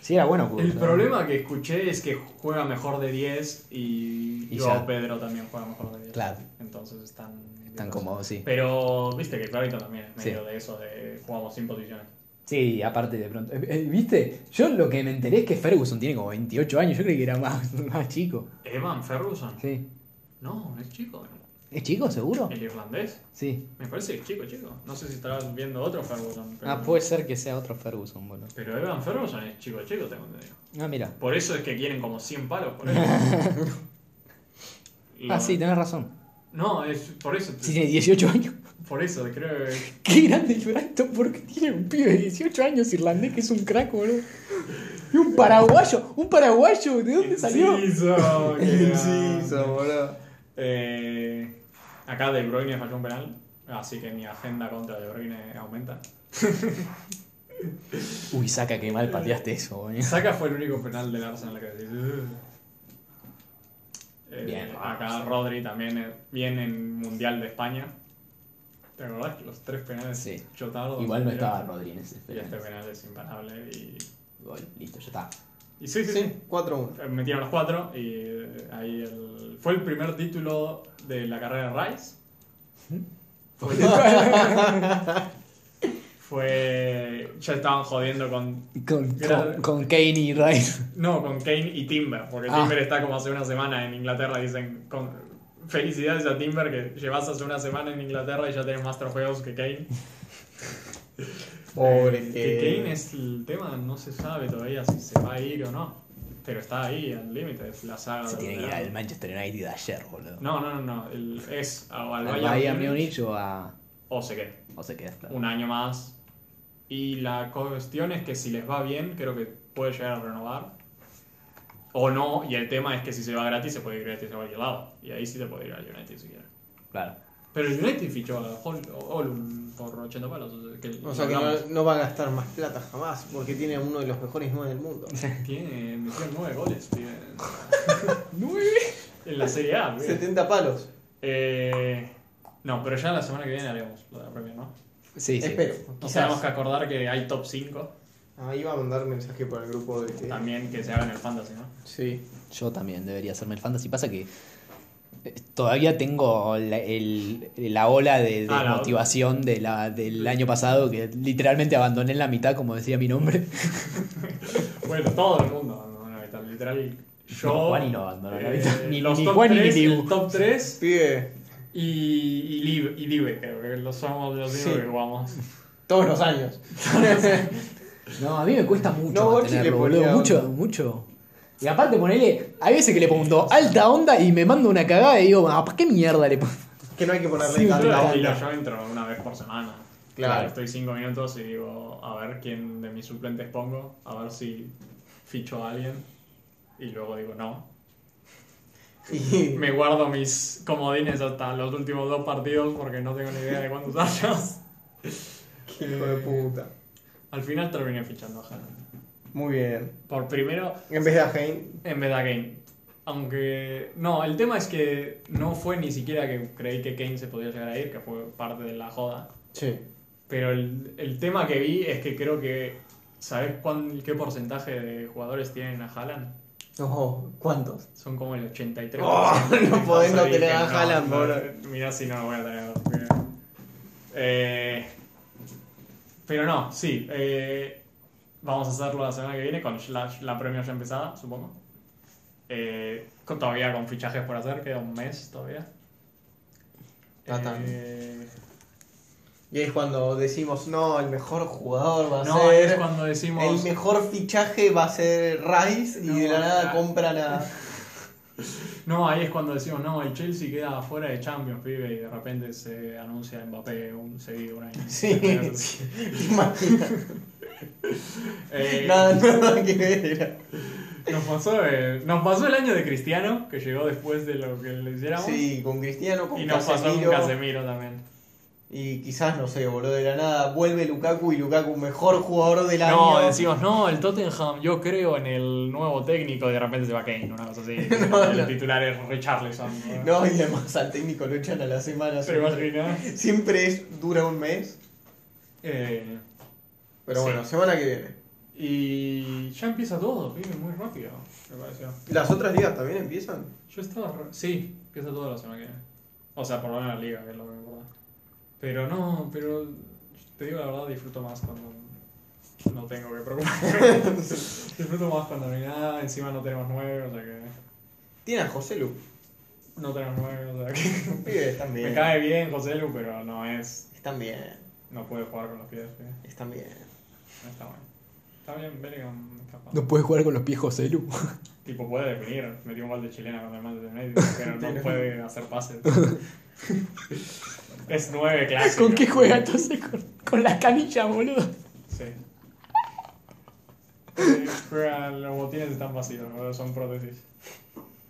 S1: Sí, era bueno Kudus.
S2: El
S1: ¿no?
S2: problema que escuché es que juega mejor de 10 y,
S1: Y
S2: Joao
S1: ya.
S2: Pedro también juega mejor de 10.
S1: Claro.
S2: Entonces están.
S1: Tan cómodo, sí.
S2: Pero viste que Clavito también es
S1: Sí.
S2: medio de eso, de jugamos sin posiciones.
S1: Sí, aparte de pronto. eh, eh, ¿Viste? Yo lo que me enteré es que Ferguson tiene como 28 años. Yo creí que era más, [LAUGHS] más chico.
S2: Evan Ferguson.
S1: Sí.
S2: No, es chico.
S1: ¿Es chico, seguro?
S2: El irlandés.
S1: Sí.
S2: Me parece que es chico, chico. No sé si estarás viendo otro Ferguson. Pero,
S1: Ah, puede ser que sea otro Ferguson, boludo.
S2: pero Evan Ferguson es chico, chico, tengo entendido.
S1: Ah, mira.
S2: Por eso es que quieren como 100 palos por él.
S1: [LAUGHS]
S2: Lo-
S1: Ah, sí, tenés razón.
S2: No, es por eso.
S1: Sí, tiene 18 años. [LAUGHS]
S2: Por eso, creo que
S1: Qué grande el Brighton, porque tiene un pibe de 18 años irlandés que es un crack, boludo. Y un paraguayo, un paraguayo, ¿de dónde salió? [LAUGHS]
S2: Inciso, que-
S3: Inciso, boludo.
S2: Eh, acá De Bruyne falló un penal, así que mi agenda contra De Bruyne
S1: [LAUGHS]
S2: aumenta.
S1: Uy, saca que mal pateaste eso, boludo.
S2: Saca fue el único penal del Arsenal que decís. "Ugh". Eh,
S1: Bien,
S2: acá Rodri también eh, viene en Mundial de España. ¿Te acordás? que Los tres penales
S1: Sí.
S2: chotados.
S1: Igual no
S2: Pero-
S1: estaba Rodríguez.
S2: Y este
S1: espera.
S2: penal es imparable. Y,
S1: Gol, listo, ya está.
S2: y sí, sí, sí.
S3: Sí, 4-1.
S2: Eh, Metieron los cuatro y eh, ahí el- fue el primer título de la carrera de Rice.
S1: [LAUGHS]
S2: Fue, Fue- ya estaban jodiendo con
S1: Con,
S2: Gra-
S1: con, con Kane y Rice.
S2: no con Kane y Timber porque
S1: Ah.
S2: Timber está como hace una semana en Inglaterra dicen con, felicidades a Timber que llevas hace una semana en Inglaterra y ya tienes más trofeos
S1: [LAUGHS]
S2: que Kane
S3: Pobre
S2: Eh,
S3: que-
S2: Kane es el tema no se sabe todavía si se va a ir o no pero está ahí al límite es la saga
S1: Se
S2: del
S1: tiene que ir
S2: verano.
S1: al Manchester United de ayer, boludo.
S2: No, no, no, no. El, es a- al
S1: Al
S2: Bayern,
S1: Bayern
S2: Múnich
S1: Múnich o a.
S2: o se queda
S1: O se queda, claro.
S2: un año más. Y la cuestión es que si les va bien, creo que puede llegar a renovar. O no, y el tema es que si se va gratis, se puede ir gratis a cualquier lado. Y ahí sí te puede ir al United si quieres.
S1: Claro.
S2: Pero el United fichó a Hol- Holm por 80 palos. O sea, que,
S3: O sea que
S2: hablamos.
S3: no, no va a gastar más plata jamás, porque tiene uno de los mejores 9 del mundo.
S2: Tiene, metió 9 goles tío,
S1: ¡Nueve!
S2: en la Serie A. tío.
S3: 70 palos.
S2: Eh, no, pero ya la semana que viene haremos lo de la Premier, ¿no?
S1: Sí, sí.
S3: Espero.
S2: Nos
S3: Quizás.
S2: tenemos que acordar que hay top 5.
S3: Ah, iba a mandar mensaje por el grupo de. este
S2: También que se hagan el fantasy, ¿no?
S3: Sí.
S1: Yo también debería hacerme el fantasy. Pasa que eh, todavía tengo la, el- la ola de, de
S2: Ah, la-
S1: motivación de la, del año pasado que literalmente abandoné en la mitad, como decía mi [LAUGHS] nombre.
S2: Bueno, todo el mundo abandonó la mitad, literal. Yo.
S1: No, Juan y no abandonó la
S2: eh,
S1: mitad. Ni-
S2: los
S1: ni
S2: top
S1: Juan ni
S2: 3,
S1: Dibu.
S2: el top 3
S3: Pibe,
S2: y, y, Libe, y Libe, creo que los somos los únicos
S3: Sí.
S2: que jugamos.
S3: todos los años.
S1: No, a mí me cuesta mucho
S3: No, Bochi
S1: mantenerlo,
S3: le ponía
S1: boludo. Mucho,
S3: onda.
S1: mucho. Y aparte, ponele. Hay veces que le pongo alta onda y me mando una cagada y digo, ah, ¿para qué mierda le pongo?
S3: [LAUGHS] que no hay que ponerle
S1: Sí,
S2: Yo,
S3: tanta
S2: tranquilo,
S3: onda.
S2: yo entro una vez por semana.
S3: Claro.
S2: Estoy 5 minutos y digo, a ver quién de mis suplentes pongo, a ver si ficho a alguien. Y luego digo, no.
S3: Y-
S2: Me guardo mis comodines hasta los últimos dos partidos porque no tengo ni idea de cuándo
S3: [LAUGHS]
S2: usarlos.
S3: qué hijo de puta.
S2: Al final terminé fichando a Haaland.
S3: Muy bien.
S2: Por primero,
S3: En vez de a Jane,
S2: En vez de a Kane. Aunque. No, el tema es que no fue ni siquiera que creí que Kane se podía llegar a ir, que fue parte de la joda.
S3: sí.
S2: Pero el, el tema que vi es que creo que. ¿Sabes cuán, qué porcentaje de jugadores tienen a Haaland?
S3: Ojo, ¿cuántos?
S2: Son como el 83%.
S3: Oh, [LAUGHS] no
S2: Entonces
S3: podés no
S2: dije,
S3: tener a
S2: no,
S3: Haaland,
S2: no,
S3: boludo.
S2: Mirá si no lo voy a tener. porque- Eh, pero no, sí. eh, vamos a hacerlo la semana que viene con la, la premio ya empezada, supongo. Eh, con, todavía con fichajes por hacer, queda un mes todavía.
S3: Ah, también.
S2: Eh,
S3: Y ahí es cuando decimos, no, el mejor jugador va a
S2: no,
S3: ser.
S2: es cuando decimos.
S3: El mejor fichaje va a ser Rice y
S2: No,
S3: de la nada
S2: ah. [LAUGHS]
S3: compran a. [LAUGHS]
S2: No, ahí es cuando decimos, no, el Chelsea queda fuera de Champions, pibe, y de repente se anuncia Mbappé un seguido un año.
S3: Sí.
S2: Una
S3: [LAUGHS]
S2: [LAUGHS] cosa así.
S3: Imagina.
S2: Eh,
S3: Nada, nada que ver.
S2: Nos pasó, eh, nos pasó el año de Cristiano, que llegó después de lo que le hiciéramos.
S3: Sí, con Cristiano, con
S2: y nos pasó
S3: Casemiro,
S2: con Casemiro también.
S3: Y quizás, no sé, boludo, de la nada vuelve Lukaku y Lukaku, mejor jugador del año.
S2: No, decimos, no, el Tottenham, yo creo en el nuevo técnico, y de repente se va Kane, una
S3: [LAUGHS]
S2: cosa así.
S3: No,
S2: el
S3: no.
S2: titular es Richarlison. ¿no?
S3: No, y además al técnico lo echan a la semana.
S2: ¿Te
S3: Siempre,
S2: imaginas?
S3: Siempre es, dura un mes.
S2: Eh,
S3: Pero
S2: Sí.
S3: bueno, semana que viene.
S2: y ya empieza todo, vive muy rápido, me pareció.
S3: ¿Las otras ligas también empiezan?
S2: Yo estaba. re- Sí, empieza toda la semana que viene. O sea, por lo menos la liga, que es lo que me importa. Pero no, pero. Te digo la verdad, disfruto más cuando. No tengo que
S1: [LAUGHS]
S2: preocuparme. disfruto más cuando no hay nada. Encima no tenemos nueve, o sea que.
S3: Tiene a José Lu.
S2: No tenemos nueve, o sea que.
S3: Pibes, están
S2: Me
S3: bien.
S2: cae bien José Lu, pero no es.
S3: Están bien,
S2: No puede jugar con los pies, ¿sí?
S3: están bien.
S2: No está bien. Está bien, Bellingham está mal.
S1: No puedes jugar con los pies José Lu.
S2: Tipo, puede definir. Metió un gol de chilena contra el Manchester
S1: [LAUGHS]
S2: United, pero no puede hacer pases. es nueve clásico.
S1: ¿Con qué juega entonces? Con, con las canillas, boludo.
S2: [LAUGHS] Sí. Eh, juega- los botines están vacíos, ¿no? son prótesis.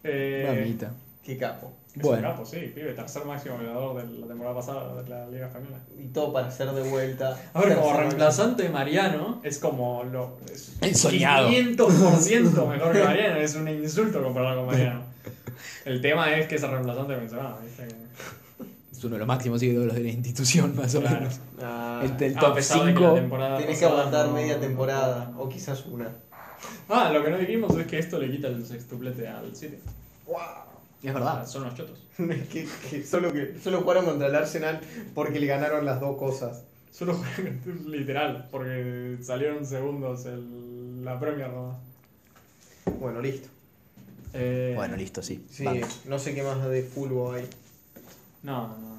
S2: Eh,
S1: Mamita.
S3: Qué capo.
S2: es un
S1: Bueno.
S2: capo, sí, pibe, tercer máximo goleador de la temporada pasada de la Liga Española.
S3: Y todo para hacer de vuelta. [LAUGHS]
S2: A ver, como
S3: Tercer
S2: reemplazante de Mariano, es como lo. Es
S1: El soñado. [LAUGHS]
S2: 500% mejor que Mariano, es un insulto compararlo con Mariano. El tema es que es el reemplazante de Benzema, ¿viste?
S1: Es uno de los máximos ídolos de la institución, más o
S2: Claro.
S1: menos.
S3: máximo. Ah,
S1: El del
S2: Ah, a
S1: top
S2: pesar de que la
S1: 5.
S2: temporada
S3: Tenés que
S2: pasada
S3: aguantar
S2: no-
S3: media
S2: no-
S3: temporada, o quizás [LAUGHS] una.
S2: Ah, lo que no dijimos es que esto le quita el sextuplete al City.
S1: Es
S2: Ah,
S1: verdad.
S2: son los chotos.
S3: que, que solo, que solo jugaron contra el Arsenal porque le ganaron las dos cosas.
S2: Solo juegan literal, porque salieron segundos el, la Premier nomás.
S3: Bueno, listo.
S2: Eh,
S1: Bueno, listo, sí.
S3: Sí,
S1: Vamos.
S3: no sé qué más de fútbol hay.
S2: No, no,